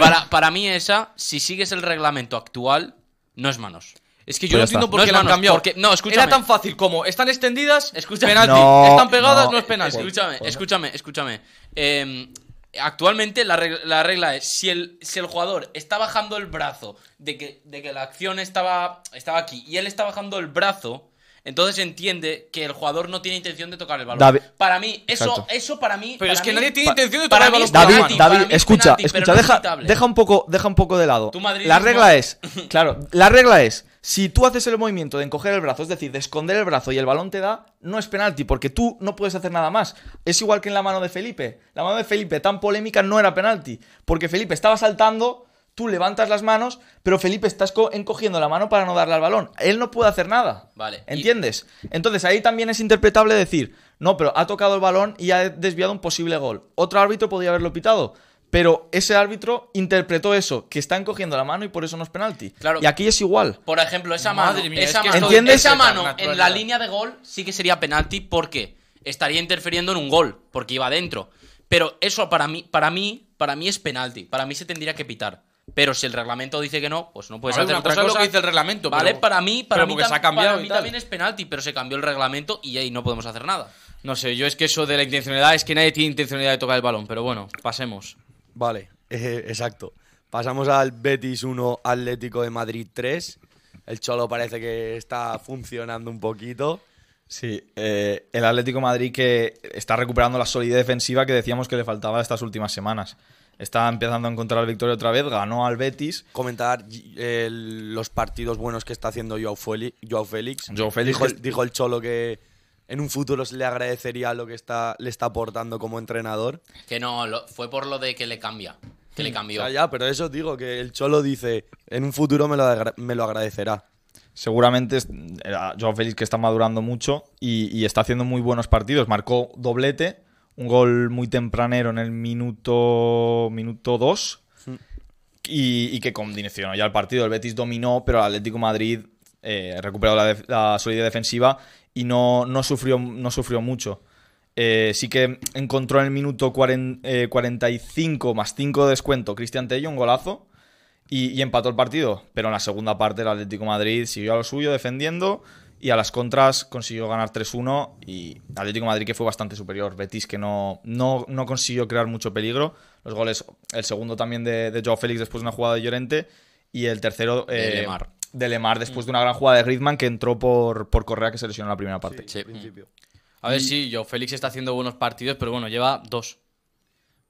Speaker 2: para, para mí esa, si sigues el reglamento actual, no es manos.
Speaker 4: Es que
Speaker 3: Pues
Speaker 4: yo
Speaker 3: ya
Speaker 4: no
Speaker 3: está.
Speaker 4: entiendo por
Speaker 2: No
Speaker 4: qué
Speaker 2: es
Speaker 4: la han
Speaker 2: manos,
Speaker 4: cambiado.
Speaker 2: porque- no, escúchame.
Speaker 4: Era tan fácil como están extendidas,
Speaker 2: Escucha-
Speaker 4: penalti.
Speaker 3: No,
Speaker 4: están pegadas,
Speaker 3: no.
Speaker 4: no, es penalti.
Speaker 2: Escúchame, escúchame, escúchame. Eh, actualmente la regla, la regla es si el, si el jugador está bajando el brazo de que, de que la acción estaba, estaba aquí y él está bajando el brazo, entonces entiende que el jugador no tiene intención de tocar el balón.
Speaker 3: David-
Speaker 2: para mí, eso,
Speaker 3: Exacto.
Speaker 2: eso para mí.
Speaker 4: Pero es
Speaker 2: para
Speaker 4: que
Speaker 2: mí-
Speaker 4: nadie tiene
Speaker 2: pa-
Speaker 4: intención de
Speaker 2: para
Speaker 4: tocar
Speaker 2: mí
Speaker 4: el balón
Speaker 2: es
Speaker 4: con la
Speaker 3: David,
Speaker 4: mano.
Speaker 2: penalti,
Speaker 3: David,
Speaker 2: para mí es
Speaker 3: escucha,
Speaker 2: penalti, pero
Speaker 3: escucha,
Speaker 2: no es
Speaker 3: deja,
Speaker 2: quitable.
Speaker 3: deja un poco, deja un poco de lado.
Speaker 2: Tú, madridismo.
Speaker 3: La regla es, claro, la regla es, si tú haces el movimiento de encoger el brazo, es decir, de esconder el brazo y el balón te da, no es penalti, porque tú no puedes hacer nada más. Es igual que en la mano de Felipe. La mano de Felipe tan polémica no era penalti, porque Felipe estaba saltando, tú levantas las manos, pero Felipe estás co- encogiendo la mano para no darle al balón. Él no puede hacer nada.
Speaker 2: Vale, y-
Speaker 3: ¿Entiendes? Entonces ahí también es interpretable decir, no, pero ha tocado el balón y ha desviado un posible gol. Otro árbitro podría haberlo pitado. Pero ese árbitro interpretó eso, que están cogiendo la mano y por eso no es penalti.
Speaker 2: Claro.
Speaker 3: Y aquí es igual.
Speaker 2: Por ejemplo, esa
Speaker 4: Madre
Speaker 2: mano,
Speaker 4: mía,
Speaker 2: esa
Speaker 4: es que
Speaker 2: mano,
Speaker 3: esto ¿Entiendes?
Speaker 2: esa
Speaker 4: es tan
Speaker 2: mano en la
Speaker 4: naturalidad.
Speaker 2: línea de gol sí que sería penalti porque estaría interfiriendo en un gol, porque iba adentro. Pero eso para mí, para mí, para mí es penalti. Para mí se tendría que pitar. Pero si el reglamento dice que no, pues no puedes
Speaker 4: A ver,
Speaker 2: hacer
Speaker 4: una
Speaker 2: otra
Speaker 4: cosa es lo
Speaker 2: cosa.
Speaker 4: que dice el reglamento,
Speaker 2: Vale,
Speaker 4: pero-
Speaker 2: para mí, para
Speaker 4: pero
Speaker 2: mí,
Speaker 4: porque se
Speaker 2: tam-
Speaker 4: ha cambiado
Speaker 2: para mí
Speaker 4: y tal.
Speaker 2: también es penalti, pero se cambió el reglamento y ahí no podemos hacer nada.
Speaker 4: No sé, yo es que eso de la intencionalidad es que nadie tiene intencionalidad de tocar el balón, pero bueno, pasemos.
Speaker 1: Vale, eh, exacto. Pasamos al Betis 1, Atlético de Madrid 3. El Cholo parece que está funcionando un poquito.
Speaker 3: Sí, eh, el Atlético de Madrid que está recuperando la solidez defensiva que decíamos que le faltaba estas últimas semanas. Está empezando a encontrar victoria otra vez, ganó al Betis.
Speaker 1: Comentar y- el- los partidos buenos que está haciendo Joao, Fueli- Joao Félix.
Speaker 3: Joao Félix
Speaker 1: Dijo,
Speaker 3: que
Speaker 1: el- dijo el Cholo que en un futuro se le agradecería lo que está, le está aportando como entrenador.
Speaker 2: Que no, lo- fue por lo de que le cambia. Que
Speaker 3: Mm,
Speaker 2: le cambió.
Speaker 1: Ya, ya, pero eso digo, que el Cholo dice, en un futuro me lo, agra- me lo agradecerá.
Speaker 3: Seguramente es era Joao Félix que está madurando mucho y, y está haciendo muy buenos partidos. Marcó doblete, un gol muy tempranero en el minuto minuto 2 y, y que condicionó ya el partido. El Betis dominó, pero el Atlético de Madrid eh, recuperó la, def- la solidez defensiva y no, no, sufrió, no sufrió mucho. Eh, sí que encontró en el minuto cuaren- eh, 45 más 5 de descuento Cristian Tello, un golazo y, y empató el partido. Pero en la segunda parte el Atlético de Madrid siguió a lo suyo defendiendo y a las contras consiguió ganar 3-1 y Atlético de Madrid que fue bastante superior. Betis que no, no, no consiguió crear mucho peligro. Los goles, el segundo también de, de Joao Félix después de una jugada de Llorente y el tercero
Speaker 2: De
Speaker 3: eh,
Speaker 2: Lemar.
Speaker 3: de Lemar después de una gran jugada de Griezmann que entró por, por Correa que se lesionó en la primera parte.
Speaker 2: Sí.
Speaker 4: A ver si yo, Félix está haciendo buenos partidos, pero bueno, lleva dos.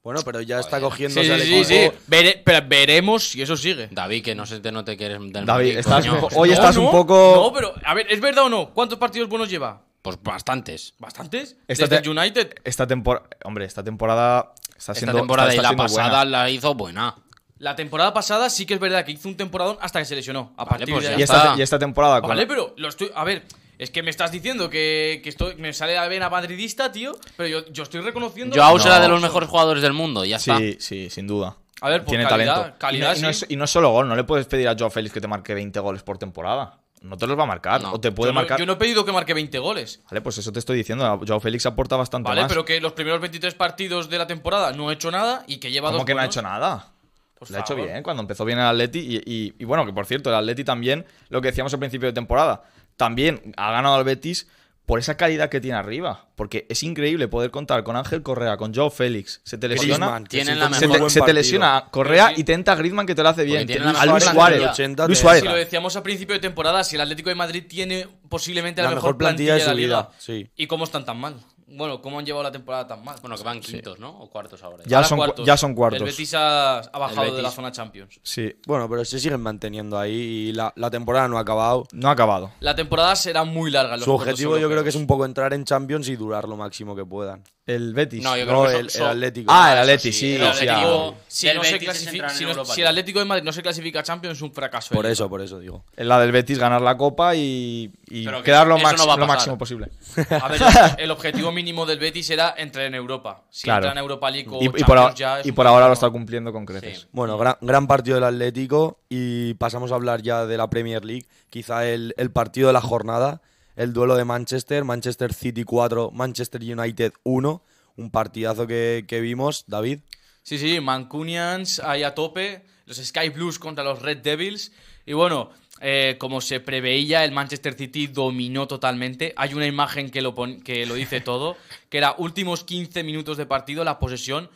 Speaker 1: Bueno, pero ya está cogiendo
Speaker 4: Sí, sí, sí, sí. Vere- pero veremos si eso sigue.
Speaker 2: David, que no se te no te quieres del
Speaker 3: David,
Speaker 2: Madrid,
Speaker 3: estás
Speaker 2: coño.
Speaker 3: un po- hoy estás un poco-
Speaker 4: No, pero a ver, ¿es verdad o no? ¿Cuántos partidos buenos lleva?
Speaker 2: Pues bastantes.
Speaker 4: ¿Bastantes?
Speaker 3: Esta
Speaker 4: Desde
Speaker 3: te-
Speaker 4: el United.
Speaker 3: Esta temporada, hombre, esta temporada está siendo
Speaker 2: Esta temporada
Speaker 3: está- está
Speaker 2: y la
Speaker 3: siendo buena.
Speaker 2: pasada la hizo buena.
Speaker 4: La temporada pasada sí que es verdad que hizo un temporadón hasta que se lesionó. A
Speaker 2: Vale,
Speaker 4: partir
Speaker 2: pues
Speaker 4: de
Speaker 2: ya
Speaker 4: ahí-
Speaker 3: Y esta,
Speaker 2: está.
Speaker 3: y esta temporada con-
Speaker 4: Vale, pero lo estoy. A ver, es que me estás diciendo que, que estoy, me sale la vena madridista, tío. Pero yo, yo estoy reconociendo.
Speaker 2: Joao
Speaker 3: No.
Speaker 2: será de los mejores jugadores del mundo, ya está.
Speaker 3: Sí, sí, sin duda.
Speaker 4: A ver, por
Speaker 3: tiene
Speaker 4: calidad,
Speaker 3: talento.
Speaker 4: calidad,
Speaker 3: y, no, y no
Speaker 4: sí.
Speaker 3: es, y no es solo gol, no le puedes pedir a Joao Félix que te marque 20 goles por temporada. No te los va a marcar.
Speaker 2: No,
Speaker 3: o te
Speaker 4: yo,
Speaker 3: puede
Speaker 4: no-
Speaker 3: marcar.
Speaker 4: yo no he pedido que marque 20 goles.
Speaker 3: Vale, pues eso te estoy diciendo. Joao Félix aporta bastante
Speaker 4: Vale,
Speaker 3: más.
Speaker 4: pero que los primeros 23 partidos de la temporada no ha hecho nada y que lleva
Speaker 3: ¿Cómo
Speaker 4: dos
Speaker 3: que no ha
Speaker 4: buenos.
Speaker 3: hecho nada?
Speaker 4: Por
Speaker 3: lo ha hecho
Speaker 4: favor.
Speaker 3: bien, cuando empezó bien el Atleti. Y, y- y bueno, que por cierto, el Atleti también, lo que decíamos al principio de temporada, también ha ganado al Betis por esa calidad que tiene arriba. Porque es increíble poder contar con Ángel Correa, con Joao Félix. Se te lesiona.
Speaker 1: Griezmann, que
Speaker 2: Tienen
Speaker 1: sí,
Speaker 2: la
Speaker 1: que
Speaker 3: Se
Speaker 1: muy
Speaker 3: te,
Speaker 1: buen
Speaker 3: se te
Speaker 1: partido.
Speaker 3: lesiona Correa
Speaker 4: Pero sí.
Speaker 3: y te entra Griezmann que te lo hace bien.
Speaker 2: tiene
Speaker 3: Luis-
Speaker 2: la
Speaker 3: a
Speaker 2: mejor
Speaker 3: Luis
Speaker 2: plantilla.
Speaker 3: Suárez.
Speaker 1: 80
Speaker 3: Luis
Speaker 1: de-
Speaker 3: Suárez.
Speaker 4: Si lo decíamos al principio de temporada, si el Atlético de Madrid tiene posiblemente la,
Speaker 1: La mejor plantilla de su
Speaker 4: la liga.
Speaker 1: vida, sí.
Speaker 4: ¿Y cómo están tan mal? Bueno, ¿cómo han llevado la temporada tan mal?
Speaker 2: Bueno, que van quintos, ¿no? O cuartos ahora.
Speaker 3: Ya
Speaker 4: Ahora
Speaker 3: son cu- ya son cuartos.
Speaker 4: El Betis ha, ha bajado
Speaker 2: El
Speaker 4: de la
Speaker 2: Betis.
Speaker 4: zona Champions.
Speaker 3: Sí,
Speaker 1: Bueno, pero se siguen manteniendo ahí y la, la temporada no ha acabado.
Speaker 3: no ha acabado.
Speaker 4: La temporada será muy larga. Los
Speaker 1: Su
Speaker 4: puertos
Speaker 1: objetivo yo creo que es un
Speaker 4: europeos.
Speaker 1: poco entrar en Champions y durar lo máximo que puedan.
Speaker 3: El Betis.
Speaker 2: No, yo creo
Speaker 1: No,
Speaker 2: que son-
Speaker 1: el,
Speaker 2: son-
Speaker 1: el Atlético.
Speaker 3: Ah, el
Speaker 2: Eso
Speaker 3: Atleti, sí.
Speaker 2: sí, el
Speaker 3: o
Speaker 2: Atleti.
Speaker 3: sea,
Speaker 2: Atlético-
Speaker 4: Si,
Speaker 2: del
Speaker 4: no se
Speaker 2: Betis es
Speaker 4: clasifica-
Speaker 2: entrar en
Speaker 4: si no-
Speaker 2: Europa
Speaker 4: si el
Speaker 2: League.
Speaker 4: Atlético de Madrid no se clasifica a Champions es un fracaso.
Speaker 1: Por
Speaker 4: eh.
Speaker 1: eso, por eso digo.
Speaker 3: el la del Betis ganar la copa y, y
Speaker 2: Pero que
Speaker 3: quedar lo,
Speaker 2: eso
Speaker 3: max-
Speaker 2: no va a
Speaker 3: lo
Speaker 2: pasar.
Speaker 3: máximo posible.
Speaker 4: A ver, el objetivo mínimo del Betis era entrar en Europa. Si
Speaker 3: Claro.
Speaker 4: entra en Europa League o
Speaker 3: Y, y
Speaker 4: Champions
Speaker 3: por, ahora-
Speaker 4: ya es
Speaker 3: y
Speaker 4: un
Speaker 3: por ahora lo está
Speaker 4: problema.
Speaker 3: cumpliendo con creces.
Speaker 2: Sí.
Speaker 1: Bueno, gran, gran partido del Atlético y pasamos a hablar ya de la Premier League. Quizá el, el partido de la jornada, el duelo de Manchester, Manchester City 4, Manchester United 1. Un partidazo que, que vimos, David.
Speaker 4: Sí, sí, Mancunians ahí a tope, los Sky Blues contra los Red Devils. Y bueno, eh, como se preveía, el Manchester City dominó totalmente. Hay una imagen que lo, pon- que lo dice todo, que era últimos 15 minutos de partido, la posesión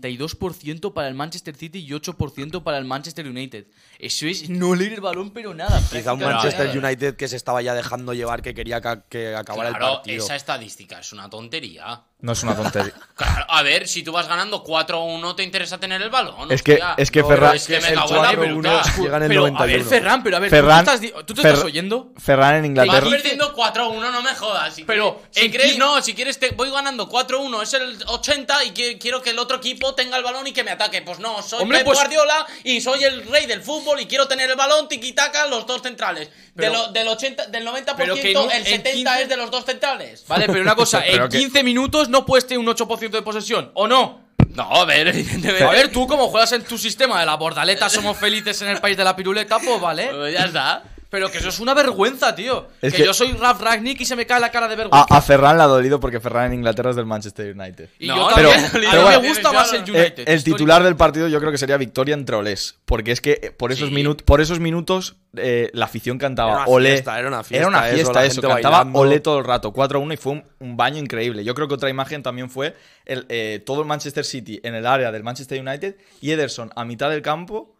Speaker 4: 92% para el Manchester City y 8% para el Manchester United. Eso es no leer el balón, pero nada.
Speaker 1: Quizá un
Speaker 4: prácticamente
Speaker 1: Manchester
Speaker 2: eh.
Speaker 4: nada.
Speaker 1: United que se estaba ya dejando llevar, que quería ca- que, acabara el
Speaker 2: Claro,
Speaker 1: partido.
Speaker 2: esa estadística es una tontería.
Speaker 3: No es una tontería.
Speaker 2: Claro, a ver, si tú vas ganando 4-1, ¿te interesa tener el balón?
Speaker 3: Es que-
Speaker 2: hostia.
Speaker 3: es que
Speaker 2: No,
Speaker 3: Ferran-
Speaker 2: Es que me
Speaker 1: el
Speaker 2: cago en la
Speaker 1: 4-1
Speaker 2: puta.
Speaker 1: llega en el
Speaker 4: Pero, a ver,
Speaker 1: 91.
Speaker 4: Ferran, pero a ver,
Speaker 3: Ferran-
Speaker 4: ¿tú, te estás di- tú te estás
Speaker 3: Fer-
Speaker 4: oyendo?
Speaker 3: Ferran en
Speaker 2: Vas
Speaker 3: Inglaterra.
Speaker 4: Madrid-
Speaker 2: perdiendo 4-1, no me jodas. Si
Speaker 4: Pero,
Speaker 2: quieres- si
Speaker 4: en
Speaker 2: quieres,
Speaker 4: quin-
Speaker 2: no, si quieres, te voy ganando 4-1, es el 80 y que- quiero que el otro equipo tenga el balón y que me ataque. Pues no, soy
Speaker 4: Hombre,
Speaker 2: Pep
Speaker 4: pues-
Speaker 2: Guardiola y soy el rey del fútbol y quiero tener el balón, tiquitaca, los dos centrales.
Speaker 4: Pero-
Speaker 2: De lo- del, 80, del 90%,
Speaker 4: Pero que en un-
Speaker 2: el
Speaker 4: en
Speaker 2: 70
Speaker 4: 15
Speaker 2: es de los dos centrales.
Speaker 4: Vale, pero una cosa,
Speaker 3: Pero
Speaker 4: en
Speaker 3: que-
Speaker 4: 15 minutos no puedes tener un 8% de posesión, ¿o no?
Speaker 2: No, a ver, evidentemente.
Speaker 4: A
Speaker 3: eh,
Speaker 4: ver, tú como juegas en tu sistema de la bordaleta, somos felices en el país de la piruleta, pues vale.
Speaker 2: Pues ya está.
Speaker 4: Pero que eso es una vergüenza, tío.
Speaker 3: Es
Speaker 4: que,
Speaker 3: que- Ah,
Speaker 4: yo soy Raf Ragnick y se me cae la cara de vergüenza.
Speaker 3: A, a Ferran le ha dolido porque Ferran en Inglaterra es del Manchester United.
Speaker 4: y
Speaker 2: No,
Speaker 4: yo
Speaker 2: pero-
Speaker 4: también.
Speaker 2: pero
Speaker 4: a mí
Speaker 2: bueno.
Speaker 4: me gusta más el
Speaker 2: Eh,
Speaker 3: ah. Eh,
Speaker 4: United.
Speaker 3: el titular del partido yo creo que sería victoria entre Olés. Porque es que eh, por esos,
Speaker 2: Sí.
Speaker 3: minut- por esos minutos eh, la afición
Speaker 1: Era
Speaker 3: cantaba
Speaker 1: una
Speaker 3: Olé.
Speaker 1: fiesta, era una fiesta
Speaker 3: Era una
Speaker 1: eso,
Speaker 3: fiesta
Speaker 1: la
Speaker 3: eso.
Speaker 1: gente
Speaker 3: cantaba
Speaker 1: bailando.
Speaker 3: Olé todo el rato. 4-1 y fue un, un baño increíble. Yo creo que otra imagen también fue el, eh, todo el Manchester City en el área del Manchester United y Ederson a mitad del campo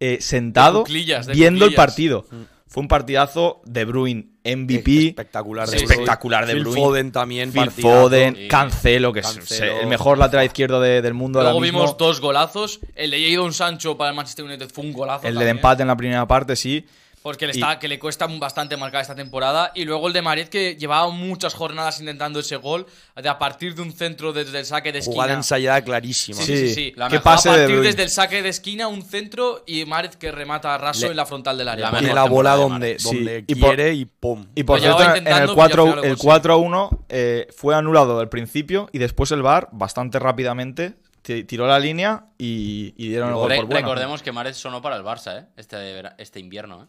Speaker 3: eh, sentado
Speaker 4: De cuclillas, de
Speaker 3: viendo el
Speaker 4: cuclillas.
Speaker 3: partido.
Speaker 1: Mm.
Speaker 3: Fue un partidazo de Bruin, MVP.
Speaker 1: espectacular
Speaker 3: Sí, espectacular de
Speaker 1: Phil
Speaker 3: Bruin.
Speaker 1: Foden también,
Speaker 3: Phil
Speaker 1: partidazo.
Speaker 3: Foden,
Speaker 2: Sí.
Speaker 3: Cancelo, que es
Speaker 1: Cancelo.
Speaker 3: el mejor lateral izquierdo de- del mundo.
Speaker 4: Luego
Speaker 3: ahora mismo.
Speaker 4: vimos dos golazos. El de Jadon Sancho para el Manchester United fue un golazo.
Speaker 3: El del
Speaker 4: también, ¿eh?
Speaker 3: empate en la primera parte, sí.
Speaker 4: Porque le, está, que le cuesta bastante marcar esta temporada. Y luego el de Mariet, que llevaba muchas jornadas intentando ese gol. De a partir de un centro desde el saque de esquina.
Speaker 1: Jugada ensayada clarísima.
Speaker 4: Sí, sí, sí.
Speaker 3: Sí,
Speaker 4: sí.
Speaker 2: la
Speaker 4: A
Speaker 2: mejor-
Speaker 3: pase
Speaker 4: partir
Speaker 3: de Bruyne.
Speaker 4: desde el saque de esquina, un centro y Márez que remata a raso
Speaker 3: Le-
Speaker 4: en la frontal del área.
Speaker 2: la
Speaker 1: Tiene
Speaker 2: mejor
Speaker 1: la bola
Speaker 2: temporada de
Speaker 1: donde,
Speaker 3: Mane.
Speaker 1: donde
Speaker 3: Sí, y por-
Speaker 1: quiere y pum.
Speaker 3: Y por
Speaker 2: Pues
Speaker 4: Lo llevaba
Speaker 3: cierto, en el
Speaker 4: intentando,
Speaker 3: 4,
Speaker 4: pero al final
Speaker 3: el
Speaker 4: lo
Speaker 3: 4 1 eh, fue anulado al principio y después el VAR, bastante rápidamente, ti- tiró la línea y, y dieron el gol
Speaker 2: Re-
Speaker 3: por bueno.
Speaker 2: Recordemos que Mares sonó para el Barça, ¿eh? Este, de vera- este invierno, ¿eh?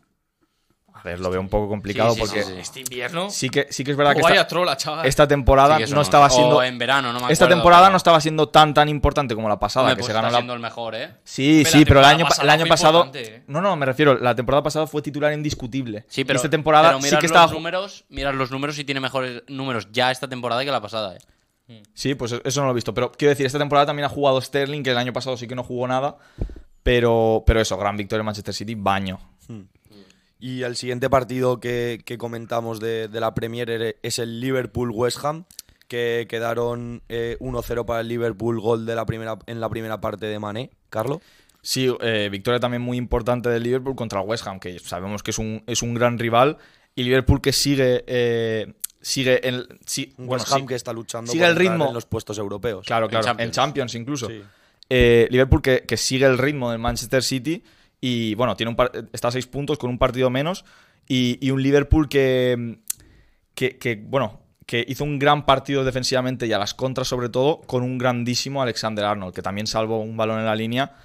Speaker 3: A ver, lo veo un poco complicado
Speaker 2: sí,
Speaker 3: porque
Speaker 2: sí,
Speaker 3: sí,
Speaker 2: sí.
Speaker 4: Este invierno.
Speaker 3: que, sí que es verdad que
Speaker 4: oh, vaya
Speaker 3: esta,
Speaker 4: trola, chaval.
Speaker 3: esta temporada
Speaker 2: Sí que
Speaker 3: no
Speaker 2: sonó.
Speaker 3: estaba siendo...
Speaker 2: O en verano, no me
Speaker 3: esta
Speaker 2: acuerdo,
Speaker 3: temporada
Speaker 2: pero-
Speaker 3: no estaba siendo tan tan importante como la pasada,
Speaker 2: Hombre,
Speaker 3: que
Speaker 2: pues
Speaker 3: se
Speaker 2: está
Speaker 3: ganó la...
Speaker 2: siendo el mejor, ¿eh?
Speaker 3: Sí,
Speaker 4: Hombre, la
Speaker 3: sí, pero el
Speaker 4: temporada
Speaker 3: año, pa- el
Speaker 4: pasada
Speaker 3: año
Speaker 4: fue
Speaker 3: pasado...
Speaker 4: importante, ¿eh?
Speaker 3: No, no, me refiero, la temporada pasada fue titular indiscutible.
Speaker 2: Sí,
Speaker 3: Y
Speaker 2: pero
Speaker 3: esta temporada
Speaker 2: pero
Speaker 3: sí
Speaker 2: mirad
Speaker 3: que estaba...
Speaker 2: los números, mirad los números y tiene mejores números ya esta temporada que la pasada, ¿eh?
Speaker 3: Sí, pues eso no lo he visto. Pero quiero decir, esta temporada también ha jugado Sterling, que el año pasado sí que no jugó nada. Pero, pero eso, gran victoria en Manchester City, baño.
Speaker 1: Y el siguiente partido que, que comentamos de, de la Premier er- es el Liverpool-West Ham, que quedaron eh, 1-0 para el Liverpool, gol de la primera, en la primera parte de Mané, Carlo.
Speaker 3: Sí, eh, victoria también muy importante del Liverpool contra el West Ham, que sabemos que es un, es un gran rival. Y Liverpool que sigue. eh, sigue en. sí,
Speaker 1: Un
Speaker 3: bueno,
Speaker 1: West Ham
Speaker 3: sí,
Speaker 1: que está luchando
Speaker 3: sigue
Speaker 1: por
Speaker 3: el
Speaker 1: entrar
Speaker 3: ritmo.
Speaker 1: en los puestos europeos.
Speaker 3: Claro,
Speaker 2: En
Speaker 3: claro. En Champions,
Speaker 2: Champions.
Speaker 3: incluso.
Speaker 1: Sí.
Speaker 3: Eh, Liverpool que, que sigue el ritmo del Manchester City y bueno, tiene un par- está a seis puntos con un partido menos y, y un Liverpool que, que, que, bueno, que hizo un gran partido defensivamente y a las contras sobre todo con un grandísimo Alexander Arnold que también salvó un balón en la línea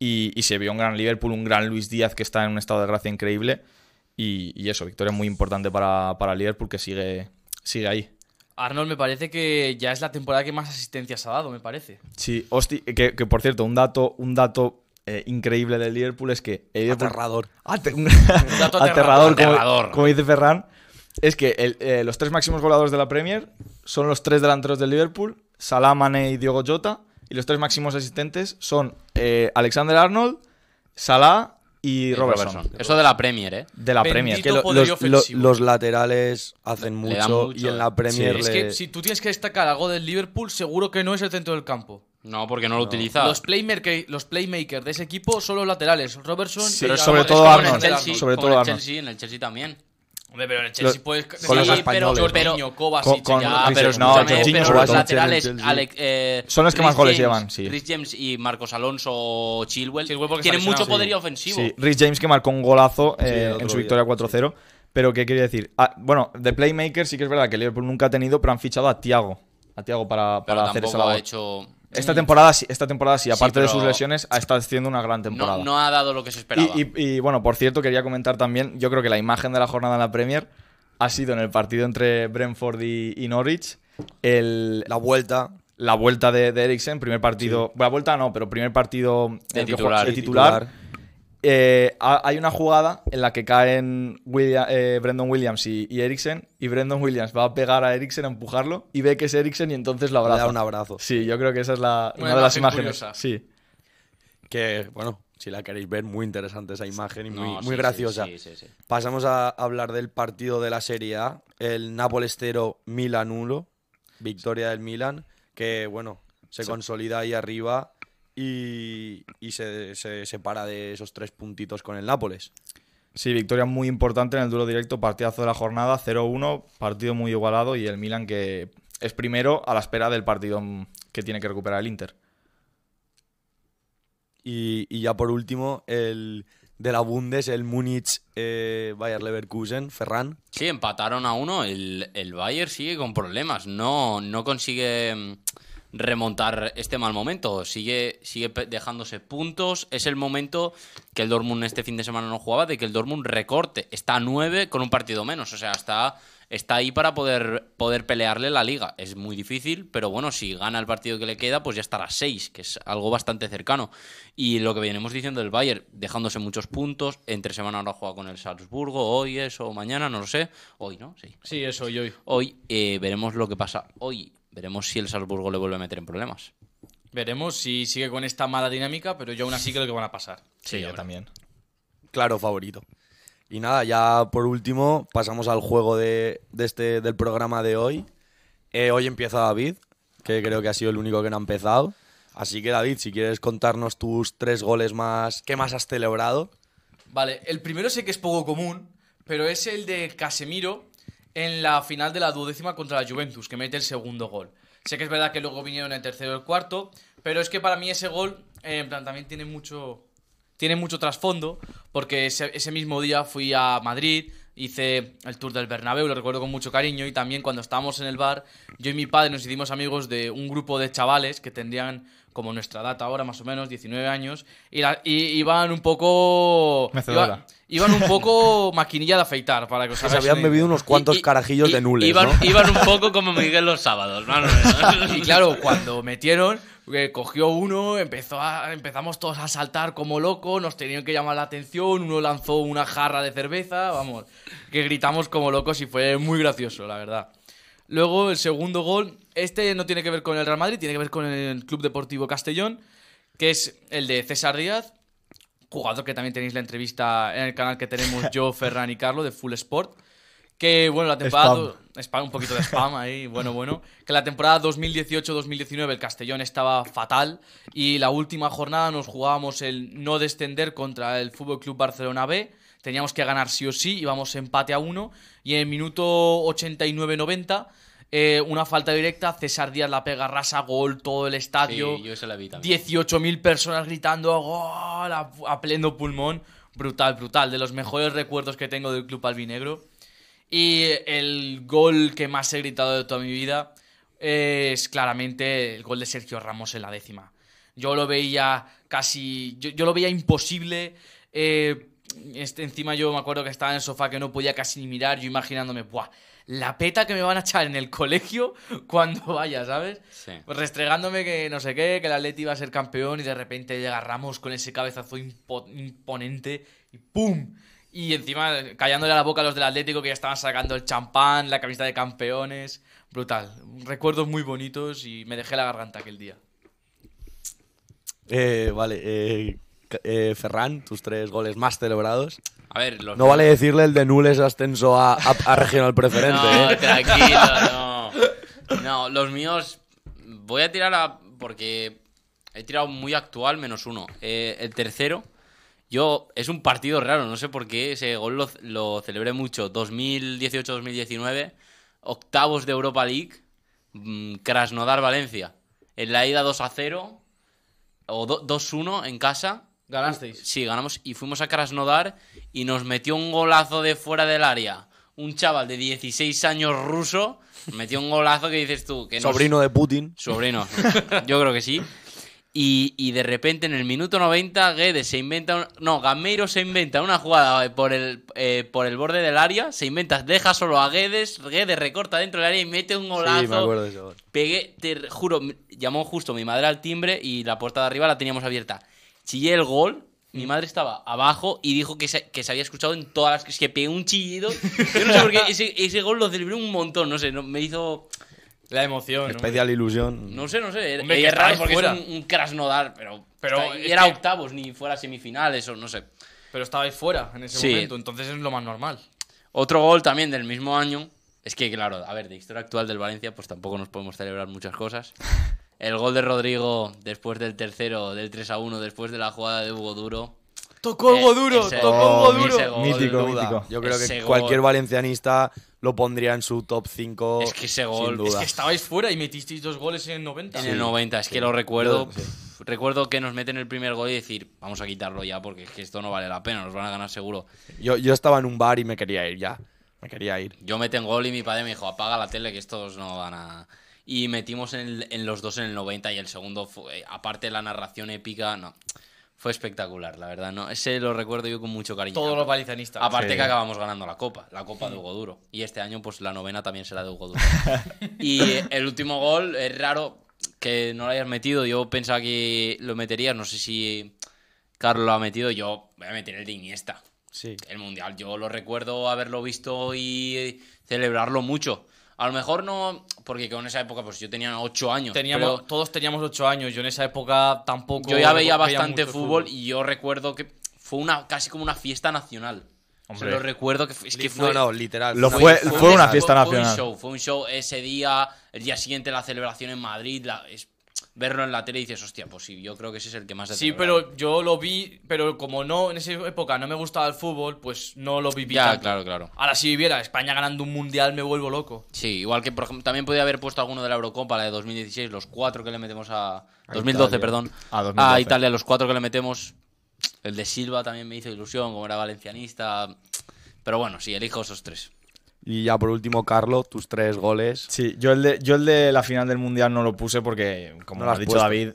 Speaker 3: y, y se vio un gran Liverpool, un gran Luis Díaz que está en un estado de gracia increíble y, y eso, victoria muy importante para, para Liverpool que sigue, sigue ahí.
Speaker 4: Arnold me parece que ya es la temporada que más asistencias ha dado, me parece.
Speaker 3: Sí, hosti, que, que, por cierto, un dato, un dato eh, increíble del Liverpool es que el Liverpool-
Speaker 1: Aterrador.
Speaker 3: Ate- un-
Speaker 4: dato
Speaker 3: aterrador,
Speaker 4: aterrador,
Speaker 3: como,
Speaker 2: aterrador.
Speaker 3: como dice Ferran, es que el- eh, los tres máximos goleadores de la Premier son los tres delanteros del Liverpool, Salah, Mane y Diogo Jota, y los tres máximos asistentes son eh, Alexander Arnold, Salah y Robertson,
Speaker 2: Robertson. Eso de la Premier, ¿eh?
Speaker 3: de la
Speaker 4: Bendito
Speaker 3: Premier.
Speaker 1: Que lo-
Speaker 4: poder
Speaker 1: los,
Speaker 4: ofensivo.
Speaker 1: lo- los laterales hacen
Speaker 2: Le
Speaker 1: mucho,
Speaker 2: dan mucho,
Speaker 1: y en la Premier
Speaker 3: sí.
Speaker 4: Es
Speaker 1: le-
Speaker 4: que si tú tienes que destacar algo del Liverpool, seguro que no es el centro del campo.
Speaker 2: No, porque no lo utiliza.
Speaker 4: Los, playmaker- los playmakers de ese equipo son los laterales, Robertson
Speaker 3: Sí,
Speaker 4: y
Speaker 3: pero
Speaker 4: Arnold.
Speaker 3: sobre
Speaker 4: Es
Speaker 3: todo
Speaker 4: como en el
Speaker 2: en el
Speaker 3: Arnold.
Speaker 2: Chelsea,
Speaker 3: sobre
Speaker 2: como
Speaker 3: todo
Speaker 2: en el
Speaker 3: Arnold.
Speaker 2: Chelsea, en el Chelsea también.
Speaker 4: Hombre, pero en el Chelsea
Speaker 3: Lo-
Speaker 4: puedes...
Speaker 3: con los
Speaker 4: Sí,
Speaker 1: españoles,
Speaker 4: Pero,
Speaker 2: ¿no?
Speaker 4: Jorginho, Kovacic,
Speaker 3: Con- con-
Speaker 4: ya,
Speaker 2: Ya,
Speaker 3: Richard-
Speaker 2: pero,
Speaker 3: no,
Speaker 2: escúchame,
Speaker 3: Jorginho
Speaker 2: pero
Speaker 3: sobre
Speaker 2: los
Speaker 3: todo.
Speaker 2: laterales,
Speaker 1: Chelsea.
Speaker 2: Alec, eh,
Speaker 3: Son los que
Speaker 2: Rhys
Speaker 3: más goles
Speaker 2: James-
Speaker 3: llevan, sí.
Speaker 2: Rhys James y Marcos Alonso o Chilwell,
Speaker 4: Chilwell porque está
Speaker 2: tienen mucho
Speaker 4: lesionado.
Speaker 2: poderío ofensivo.
Speaker 3: Sí, Rich James que marcó un golazo
Speaker 1: Sí,
Speaker 3: eh,
Speaker 1: el otro
Speaker 3: en su
Speaker 1: día.
Speaker 3: victoria 4-0. Pero ¿qué quería decir? Ah, bueno, de Playmaker sí que es verdad que Liverpool nunca ha tenido, pero han fichado a Tiago. A Tiago para,
Speaker 2: pero
Speaker 3: para hacer esa
Speaker 2: tampoco ha
Speaker 3: labor.
Speaker 2: hecho...
Speaker 3: Esta temporada, sí- esta temporada sí, aparte de sus
Speaker 2: pero-
Speaker 3: lesiones, ha estado haciendo una gran temporada.
Speaker 2: No, no ha dado lo que se esperaba.
Speaker 3: y, y- y, bueno, por cierto, quería comentar también, yo creo que la imagen de la jornada en la Premier ha sido en el partido entre Brentford y, y Norwich, el-
Speaker 1: la vuelta
Speaker 3: la vuelta de, de Eriksen, primer partido, la vuelta no, pero primer partido en
Speaker 2: De
Speaker 3: el que jue-
Speaker 2: titular.
Speaker 3: de
Speaker 2: Sí,
Speaker 3: titular. Eh, ha- hay una jugada en la que caen Willia- eh, Brendan Williams y, y Eriksen, y Brendan Williams va a pegar a Eriksen, a empujarlo, y ve que es Eriksen y entonces lo
Speaker 1: le
Speaker 3: abraza.
Speaker 1: da un abrazo.
Speaker 3: Sí, yo creo que esa es la, una,
Speaker 4: Una
Speaker 3: de las
Speaker 4: imagen
Speaker 3: imágenes.
Speaker 4: curiosa.
Speaker 3: Sí.
Speaker 1: Que, bueno, si la queréis ver, muy interesante esa imagen y
Speaker 2: No,
Speaker 1: muy,
Speaker 2: sí,
Speaker 1: muy
Speaker 2: sí,
Speaker 1: graciosa.
Speaker 2: sí, sí, sí.
Speaker 1: Pasamos a hablar del partido de la Serie A, el Nápoles 0, Milan 1, victoria del Milan, que bueno, se consolida ahí arriba y, y se, se separa de esos tres puntitos con el Nápoles.
Speaker 3: Sí, victoria muy importante en el duelo directo, partidazo de la jornada, 0-1, partido muy igualado y el Milan que es primero a la espera del partido mm, que tiene que recuperar el Inter.
Speaker 1: Y, y ya por último, el de la Bundes, el Múnich eh, Bayer Leverkusen, Ferran.
Speaker 2: Sí, empataron a uno. El, el Bayern sigue con problemas. No, no consigue mm, remontar este mal momento. Sigue, sigue pe- dejándose puntos. Es el momento que el Dortmund este fin de semana no jugaba, de que el Dortmund recorte. Está a 9 con un partido menos. O sea, está, está ahí para poder, poder pelearle la liga. Es muy difícil, pero bueno, si gana el partido que le queda, pues ya estará a 6, que es algo bastante cercano. Y lo que venimos diciendo del Bayern, dejándose muchos puntos. Entre semana ahora juega con el Salzburgo, hoy es o mañana, no lo sé. Hoy, ¿no? Sí.
Speaker 4: Sí, eso, yo.
Speaker 2: Hoy eh, veremos lo que pasa hoy. Veremos si el Salzburgo le vuelve a meter en problemas.
Speaker 4: Veremos si sigue con esta mala dinámica, pero yo aún así creo que van a pasar.
Speaker 3: Sí, yo
Speaker 2: hombre.
Speaker 3: también.
Speaker 1: Claro, favorito. Y nada, ya por último, pasamos al juego de, de este, del programa de hoy. Eh, hoy empieza David, que creo que ha sido el único que no ha empezado. Así que David, si quieres contarnos tus tres goles más, ¿qué más has celebrado?
Speaker 4: Vale, el primero sé que es poco común, pero es el de Casemiro en la final de la duodécima contra la Juventus, que mete el segundo gol. Sé que es verdad que luego vinieron el tercero y el cuarto, pero es que para mí ese gol, eh, en plan, también tiene mucho, tiene mucho trasfondo, porque ese, ese mismo día fui a Madrid, hice el tour del Bernabéu, lo recuerdo con mucho cariño, y también cuando estábamos en el bar, yo y mi padre nos hicimos amigos de un grupo de chavales que tendrían como nuestra data ahora, más o menos, 19 años, y, la- y iban un poco...
Speaker 3: Mecedora.
Speaker 4: Iban, iban un poco maquinilla de afeitar, para que os
Speaker 1: Que se
Speaker 4: hagáis
Speaker 1: habían
Speaker 4: una idea.
Speaker 1: bebido unos cuantos
Speaker 2: Y- y-
Speaker 1: carajillos
Speaker 2: y-
Speaker 1: de nules,
Speaker 2: Iban,
Speaker 1: ¿no?
Speaker 2: iban un poco como Miguel los sábados, más o menos.
Speaker 4: Y claro, cuando metieron, eh, cogió uno, empezó a- empezamos todos a saltar como locos, nos tenían que llamar la atención, uno lanzó una jarra de cerveza, vamos, que gritamos como locos y fue muy gracioso, la verdad. Luego el segundo gol, este no tiene que ver con el Real Madrid, tiene que ver con el Club Deportivo Castellón, que es el de César Díaz, jugador que también tenéis la entrevista en el canal que tenemos yo, Ferran y Carlo de Full Sport. Que bueno, la temporada.
Speaker 3: Spam.
Speaker 4: do- spam, un poquito de spam ahí, bueno, bueno. Que la temporada 2018-2019 el Castellón estaba fatal y la última jornada nos jugábamos el no descender contra el Fútbol Club Barcelona B. Teníamos que ganar sí o sí, íbamos empate a uno. Y en el minuto 89-90, eh, una falta directa, César Díaz la pega rasa, gol, todo el estadio.
Speaker 2: Sí, yo se la vi también.
Speaker 4: 18.000 personas gritando gol a, a pleno pulmón. Brutal, brutal. De los mejores recuerdos que tengo del club albinegro. Y el gol que más he gritado de toda mi vida eh, es claramente el gol de Sergio Ramos en la décima. Yo lo veía casi. Yo, yo lo veía imposible. eh, este, encima yo me acuerdo que estaba en el sofá que no podía casi ni mirar. Yo imaginándome, ¡buah! La peta que me van a echar en el colegio cuando vaya, ¿sabes?
Speaker 2: Sí.
Speaker 4: Pues restregándome que no sé qué, que el Atleti iba a ser campeón y de repente llega Ramos con ese cabezazo impo- imponente y ¡pum! Y encima callándole a la boca a los del Atlético que ya estaban sacando el champán, la camiseta de campeones. Brutal. Recuerdos muy bonitos y me dejé la garganta aquel día.
Speaker 1: Eh, vale, eh, ca- eh, Ferran, tus tres goles más celebrados.
Speaker 2: A ver, los
Speaker 1: No vale decirle el de nules ascenso a, a- a regional preferente,
Speaker 2: No,
Speaker 1: ¿eh?
Speaker 2: tranquilo, no. No, los míos. Voy a tirar a. Porque he tirado muy actual, menos uno. Eh, el tercero. Yo, es un partido raro, no sé por qué ese gol lo, lo celebré mucho. 2018-2019, octavos de Europa League, mm, Krasnodar-Valencia. En la ida 2 a 0, o do- 2-1 en casa,
Speaker 4: ¿Ganasteis?
Speaker 2: Sí, ganamos y fuimos a Krasnodar y nos metió un golazo de fuera del área. Un chaval de 16 años ruso metió un golazo que dices tú. Que nos-
Speaker 1: Sobrino de Putin.
Speaker 2: Sobrino. Yo creo que sí. Y, y de repente en el minuto 90 Guedes se inventa... un- no, Gameiro se inventa una jugada eh, por el, eh, por el borde del área. Se inventa, deja solo a Guedes. Guedes recorta dentro del área y mete un golazo.
Speaker 1: Sí, me acuerdo de ese gol.
Speaker 2: Pegué, te r- juro, m- llamó justo mi madre al timbre y la puerta de arriba la teníamos abierta. Chillé el gol, mi madre estaba abajo y dijo que se, que se había escuchado en todas las... Es que pegué un chillido. Yo no sé por qué ese, ese gol lo celebré un montón, no sé, no- me hizo...
Speaker 4: La emoción. ¿no?
Speaker 1: Especial ilusión.
Speaker 2: No sé, no sé. era-
Speaker 4: Hombre, que
Speaker 2: y es
Speaker 4: estaba
Speaker 2: raro porque
Speaker 4: fuera.
Speaker 2: es un, un Krasnodar, pero...
Speaker 4: Pero
Speaker 2: está- y
Speaker 4: es
Speaker 2: era
Speaker 4: que-
Speaker 2: octavos, ni fuera semifinales o no sé.
Speaker 4: Pero estabais fuera en ese
Speaker 2: Sí.
Speaker 4: momento, entonces es lo más normal.
Speaker 2: Otro gol también del mismo año. Es que, claro, a ver, de historia actual del Valencia, pues tampoco nos podemos celebrar muchas cosas. El gol de Rodrigo después del tercero, del 3 a 1 , después de la jugada de Hugo Duro.
Speaker 4: Tocó
Speaker 2: Eh,
Speaker 4: algo duro,
Speaker 2: ese-
Speaker 4: tocó algo
Speaker 2: ese
Speaker 4: duro.
Speaker 2: gol,
Speaker 3: Mítico,
Speaker 2: duda.
Speaker 3: mítico.
Speaker 1: Yo creo
Speaker 2: Ese
Speaker 1: que
Speaker 2: gol.
Speaker 1: cualquier valencianista lo pondría en su top 5.
Speaker 2: Es que ese gol-
Speaker 1: Sin
Speaker 2: es
Speaker 1: duda.
Speaker 4: Que estabais fuera y metisteis dos goles en 90.
Speaker 2: En el 90, es que lo recuerdo.
Speaker 1: Yo- sí.
Speaker 2: pf, Recuerdo que nos meten el primer gol y decir, vamos a quitarlo ya porque es que esto no vale la pena, nos van a ganar seguro.
Speaker 1: yo, yo estaba en un bar y me quería ir ya. Me quería ir.
Speaker 2: Yo meten gol y mi padre me dijo, apaga la tele que estos no van a... y metimos en, el- en los dos en el 90 y el segundo, fue- aparte de la narración épica, no. Fue espectacular, la verdad. no Ese lo recuerdo yo con mucho cariño.
Speaker 4: Todos los valencianistas.
Speaker 2: Aparte
Speaker 3: Sí.
Speaker 2: que acabamos ganando la copa, la copa de Hugo Duro. Y este año, pues la novena también será de Hugo Duro. y eh, el último gol, es raro que no lo hayas metido. Yo pensaba que lo meterías, no sé si Carlos lo ha metido. Yo voy a meter el de Iniesta.
Speaker 1: Sí.
Speaker 2: El mundial, yo lo recuerdo haberlo visto y eh, celebrarlo mucho. A lo mejor no, porque con esa época, pues yo tenía 8 años.
Speaker 4: Teníamos,
Speaker 2: pero-
Speaker 4: todos teníamos 8 años. Yo en esa época tampoco.
Speaker 2: yo ya veía
Speaker 4: mucho
Speaker 2: bastante fútbol, y yo recuerdo que fue una casi como una fiesta nacional. O sea,
Speaker 3: Hombre.
Speaker 2: lo recuerdo que fue, es que
Speaker 1: Li-
Speaker 2: fue
Speaker 1: no, no, literal.
Speaker 3: Lo
Speaker 1: No,
Speaker 3: fue-
Speaker 1: no,
Speaker 3: fue una
Speaker 2: fue-
Speaker 3: fiesta
Speaker 2: fue
Speaker 3: nacional.
Speaker 2: un show, fue un show ese día, el día siguiente la celebración en Madrid, la- es- verlo en la tele y dices, hostia, pues sí, yo creo que ese es el que más he
Speaker 4: Sí,
Speaker 2: celebrado".
Speaker 4: pero yo lo vi. Pero como no, en esa época no me gustaba el fútbol, pues no lo viví.
Speaker 2: ya,
Speaker 4: tanto.
Speaker 2: claro, claro.
Speaker 4: Ahora, si viviera España ganando un mundial, me vuelvo loco.
Speaker 2: Sí, igual que por ejemplo, también podía haber puesto alguno de la Eurocopa, la de 2016, los cuatro que le metemos a 2012,
Speaker 3: Italia.
Speaker 2: perdón,
Speaker 3: A 2012.
Speaker 2: a Italia, los cuatro que le metemos. El de Silva también me hizo ilusión, como era valencianista. Pero bueno, sí, elijo esos tres.
Speaker 1: Y ya por último, Carlo, tus tres goles.
Speaker 3: Sí, yo el, de, yo el de la final del Mundial no lo puse porque, como
Speaker 1: No lo
Speaker 3: ha
Speaker 1: has
Speaker 3: dicho
Speaker 1: puesto.
Speaker 3: David,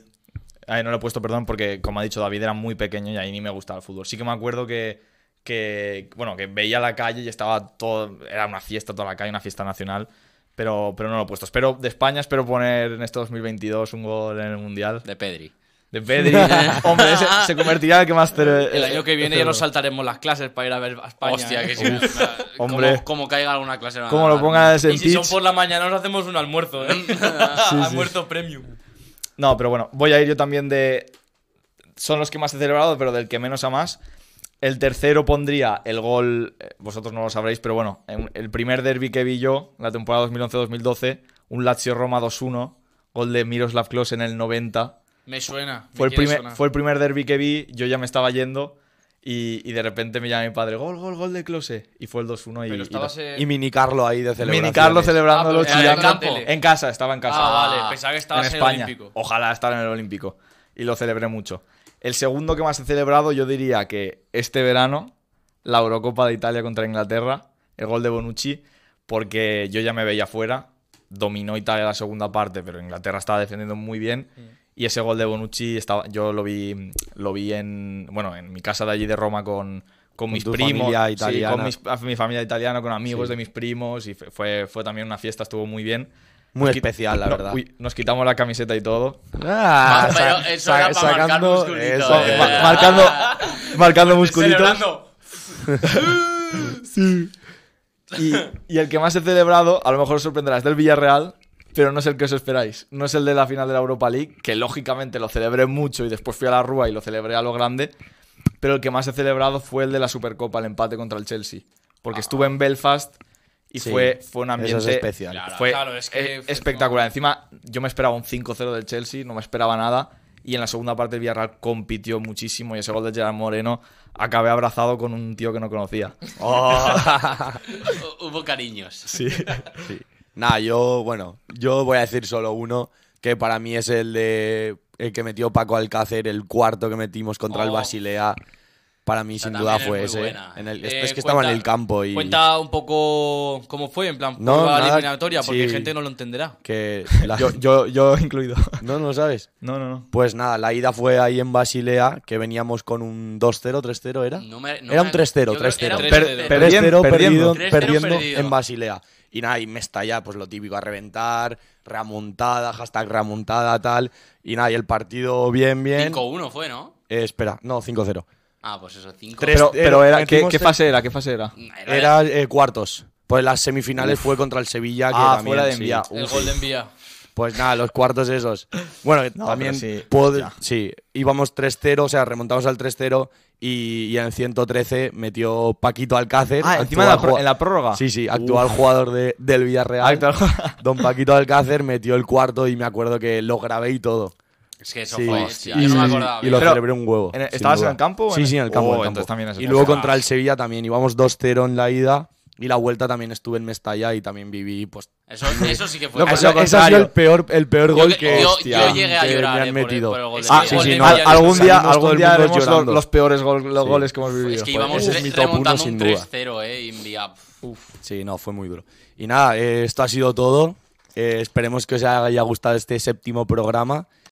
Speaker 3: ay, no lo he puesto, perdón, porque como ha dicho David era muy pequeño y ahí ni me gustaba el fútbol. Sí que me acuerdo que, que, bueno, que veía la calle y estaba todo, era una fiesta toda la calle, una fiesta nacional, pero, pero no lo he puesto. Espero, de España espero poner en este 2022 un gol en el Mundial.
Speaker 2: De Pedri.
Speaker 3: De Pedri, hombre, ese se convertirá en el que más... cele-
Speaker 2: Eh,
Speaker 4: El año que viene ya
Speaker 3: celebró.
Speaker 4: nos saltaremos las clases para ir a ver a España.
Speaker 2: Hostia,
Speaker 4: ¿eh?
Speaker 2: que sí. como,
Speaker 3: hombre.
Speaker 2: como caiga alguna clase. van a
Speaker 3: Como lo
Speaker 2: dar.
Speaker 3: pongas en
Speaker 4: Y si son
Speaker 3: pitch.
Speaker 4: por la mañana, nos hacemos un almuerzo, ¿eh? almuerzo premium.
Speaker 3: No, pero bueno, voy a ir yo también de. Son los que más he celebrado, pero del que menos a más. El tercero pondría el gol, eh, vosotros no lo sabréis, pero bueno, en- el primer derby que vi yo, la temporada 2011-2012, un Lazio-Roma 2-1, gol de Miroslav Klose en el 90.
Speaker 4: Me suena. me
Speaker 3: Fue el,
Speaker 4: quiere
Speaker 3: primer,
Speaker 4: sonar.
Speaker 3: fue el primer derby que vi, yo ya me estaba yendo y, y de repente me llama mi padre, gol, gol, gol de Klose. Y fue el 2-1 y,
Speaker 4: Pero Ah,
Speaker 3: y
Speaker 4: estabas
Speaker 3: la-
Speaker 4: en-
Speaker 1: Y mini Carlo ahí de celebración.
Speaker 3: Mini Carlo celebrándolo,
Speaker 4: Ah, pero
Speaker 3: chillando.
Speaker 4: en la tele.
Speaker 3: En casa, estaba en casa
Speaker 4: Ah, vale. Pensaba que estabas en, el Olímpico.
Speaker 3: Ojalá estar en el Olímpico. Y lo celebré mucho. El segundo que más he celebrado, yo diría que este verano, la Eurocopa de Italia contra Inglaterra, el gol de Bonucci, porque yo ya me veía fuera. Dominó Italia la segunda parte, pero Inglaterra estaba defendiendo muy bien. Y ese gol de Bonucci estaba, yo lo vi, lo vi en, bueno, en mi casa de allí de Roma con, con mis
Speaker 1: tu
Speaker 3: primos,
Speaker 1: familia
Speaker 3: sí, con
Speaker 1: italiana.
Speaker 3: mis- a mi familia italiana, con amigos
Speaker 1: Sí.
Speaker 3: de mis primos. Y fue- fue, fue también una fiesta, estuvo muy bien.
Speaker 1: Muy
Speaker 3: Nos qui-
Speaker 1: especial, la
Speaker 3: no,
Speaker 1: verdad.
Speaker 3: uy, nos quitamos la camiseta y todo.
Speaker 1: Ah,
Speaker 2: Va, pero eso era para marcar musculito,
Speaker 1: eso,
Speaker 2: eh.
Speaker 1: ma-
Speaker 3: Ma- marcando, marcando musculitos.
Speaker 4: Celebrando.
Speaker 3: Y, y el que más he celebrado, a lo mejor os sorprenderá, es del Villarreal, pero no es el que os esperáis. No es el de la final de la Europa League, que lógicamente lo celebré mucho y después fui a la Rúa y lo celebré a lo grande. Pero el que más he celebrado fue el de la Supercopa, el empate contra el Chelsea. Porque estuve en Belfast y
Speaker 1: Sí,
Speaker 3: fue, fue un
Speaker 1: eso es
Speaker 3: ambiente
Speaker 1: especial.
Speaker 2: Claro,
Speaker 3: fue
Speaker 4: claro, es que
Speaker 3: eh,
Speaker 4: fue-
Speaker 3: espectacular. Encima, yo me esperaba un 5-0 del Chelsea, no me esperaba nada. Y en la segunda parte, el Villarreal compitió muchísimo. Y ese gol de Gerard Moreno acabé abrazado con un tío que no conocía. Oh.
Speaker 2: Hu- Hubo cariños.
Speaker 3: Sí.
Speaker 1: Nah, yo, bueno, yo voy a decir solo uno, que para mí es el de el que metió Paco Alcácer, el cuarto que metimos contra el
Speaker 4: Oh.
Speaker 1: Basilea. Para mí,
Speaker 2: Esa
Speaker 1: sin duda,
Speaker 2: también es
Speaker 1: fue
Speaker 2: muy
Speaker 1: ese.
Speaker 2: buena,
Speaker 1: En el-
Speaker 4: Eh,
Speaker 1: es que estaba en
Speaker 4: cuenta-
Speaker 1: el campo y
Speaker 4: Cuenta un poco cómo fue, en plan,
Speaker 1: No,
Speaker 4: no, la
Speaker 1: nada,
Speaker 4: eliminatoria, porque
Speaker 1: sí.
Speaker 4: gente no lo entenderá.
Speaker 1: que la-
Speaker 3: Yo, yo, yo incluido.
Speaker 1: no, no lo sabes.
Speaker 3: No, no, no.
Speaker 1: Pues nada, la ida fue ahí en Basilea, que veníamos con un 2-0, 3-0, ¿era?
Speaker 2: No me- no
Speaker 1: era
Speaker 2: me-
Speaker 1: un 3-0,
Speaker 2: yo creo que era
Speaker 1: 3-0.
Speaker 2: un
Speaker 1: Per-
Speaker 4: 3-0.
Speaker 1: per- 3-0 perdido,
Speaker 3: Perdiendo,
Speaker 2: perdiendo.
Speaker 1: perdiendo
Speaker 2: 3-0 perdido.
Speaker 1: en Basilea. Y nada, y me estalla, pues lo típico, a reventar, remontada, hashtag remontada, tal. Y nada, y el partido bien, bien.
Speaker 2: 5-1 fue, ¿no?
Speaker 1: Eh, espera, no, 5-0.
Speaker 2: Ah, pues eso, 5
Speaker 1: Tres-
Speaker 3: Pero, pero era, ¿qué,
Speaker 1: metimos
Speaker 3: qué
Speaker 1: el-
Speaker 3: fase era? ¿Qué fase era?
Speaker 2: Era-
Speaker 1: Era eh, cuartos. Pues las semifinales fue contra el Sevilla, que
Speaker 3: Ah,
Speaker 1: también,
Speaker 3: fuera de
Speaker 1: sí.
Speaker 3: envía.
Speaker 4: El
Speaker 3: Uf.
Speaker 4: gol de envía.
Speaker 1: Pues nada, los cuartos esos. Bueno, que
Speaker 3: No,
Speaker 1: también
Speaker 3: pero sí,
Speaker 1: pod-
Speaker 3: ya.
Speaker 1: sí, íbamos 3-0, o sea, remontamos al 3-0 y, y en el 113 metió Paquito Alcácer.
Speaker 3: Ah, encima en la
Speaker 1: actual
Speaker 3: pro-
Speaker 1: ju-
Speaker 3: en la prórroga. Ah,
Speaker 1: Sí, sí, actual jugador de- del Villarreal.
Speaker 3: Actual-
Speaker 1: Don Paquito Alcácer metió el cuarto y me acuerdo que lo grabé y todo.
Speaker 2: Es que eso
Speaker 1: Sí,
Speaker 2: fue.
Speaker 1: hostia.
Speaker 2: sí, yo
Speaker 1: Y-
Speaker 2: no me
Speaker 1: y-
Speaker 2: acordaba.
Speaker 1: Y lo
Speaker 2: bien.
Speaker 3: Pero-
Speaker 1: celebré un huevo.
Speaker 3: ¿En-
Speaker 1: sin
Speaker 3: estabas en
Speaker 1: duda.
Speaker 3: el campo o en
Speaker 1: Sí,
Speaker 3: el-
Speaker 1: sí, en el campo.
Speaker 3: Oh,
Speaker 1: en el
Speaker 3: entonces
Speaker 1: campo.
Speaker 3: también es
Speaker 1: y luego
Speaker 3: especial.
Speaker 1: contra el Sevilla también. Íbamos 2-0 en la ida y la vuelta también estuve en Mestalla y también viví. Pues,
Speaker 2: Eso, eso sí que fue.
Speaker 1: No,
Speaker 2: Pero-
Speaker 1: pues, ese ha sido el peor, el peor
Speaker 2: Yo
Speaker 1: gol
Speaker 2: que-
Speaker 1: que,
Speaker 2: yo-
Speaker 1: hostia,
Speaker 2: yo llegué a
Speaker 1: que
Speaker 2: llorar,
Speaker 1: me
Speaker 2: eh,
Speaker 1: han
Speaker 2: por el-
Speaker 1: metido.
Speaker 2: por el gol de
Speaker 1: ah, sí,
Speaker 2: Miguel.
Speaker 1: sí,
Speaker 4: Gol
Speaker 1: no,
Speaker 4: de Miguel.
Speaker 1: algún día,
Speaker 3: Salimos todo
Speaker 1: algún
Speaker 3: el
Speaker 1: día
Speaker 3: mundo
Speaker 1: haremos los-
Speaker 3: llorando.
Speaker 1: los, peores gol- los goles que hemos vivido.
Speaker 2: es que
Speaker 1: Pues,
Speaker 2: íbamos
Speaker 1: ese es
Speaker 2: re-
Speaker 1: mi top uno,
Speaker 2: remontando un
Speaker 1: sin duda.
Speaker 2: 3-0, eh, y envía.
Speaker 1: Sí, no, fue muy duro. Y nada, eh, esto ha sido todo. Eh, esperemos que os haya gustado este séptimo programa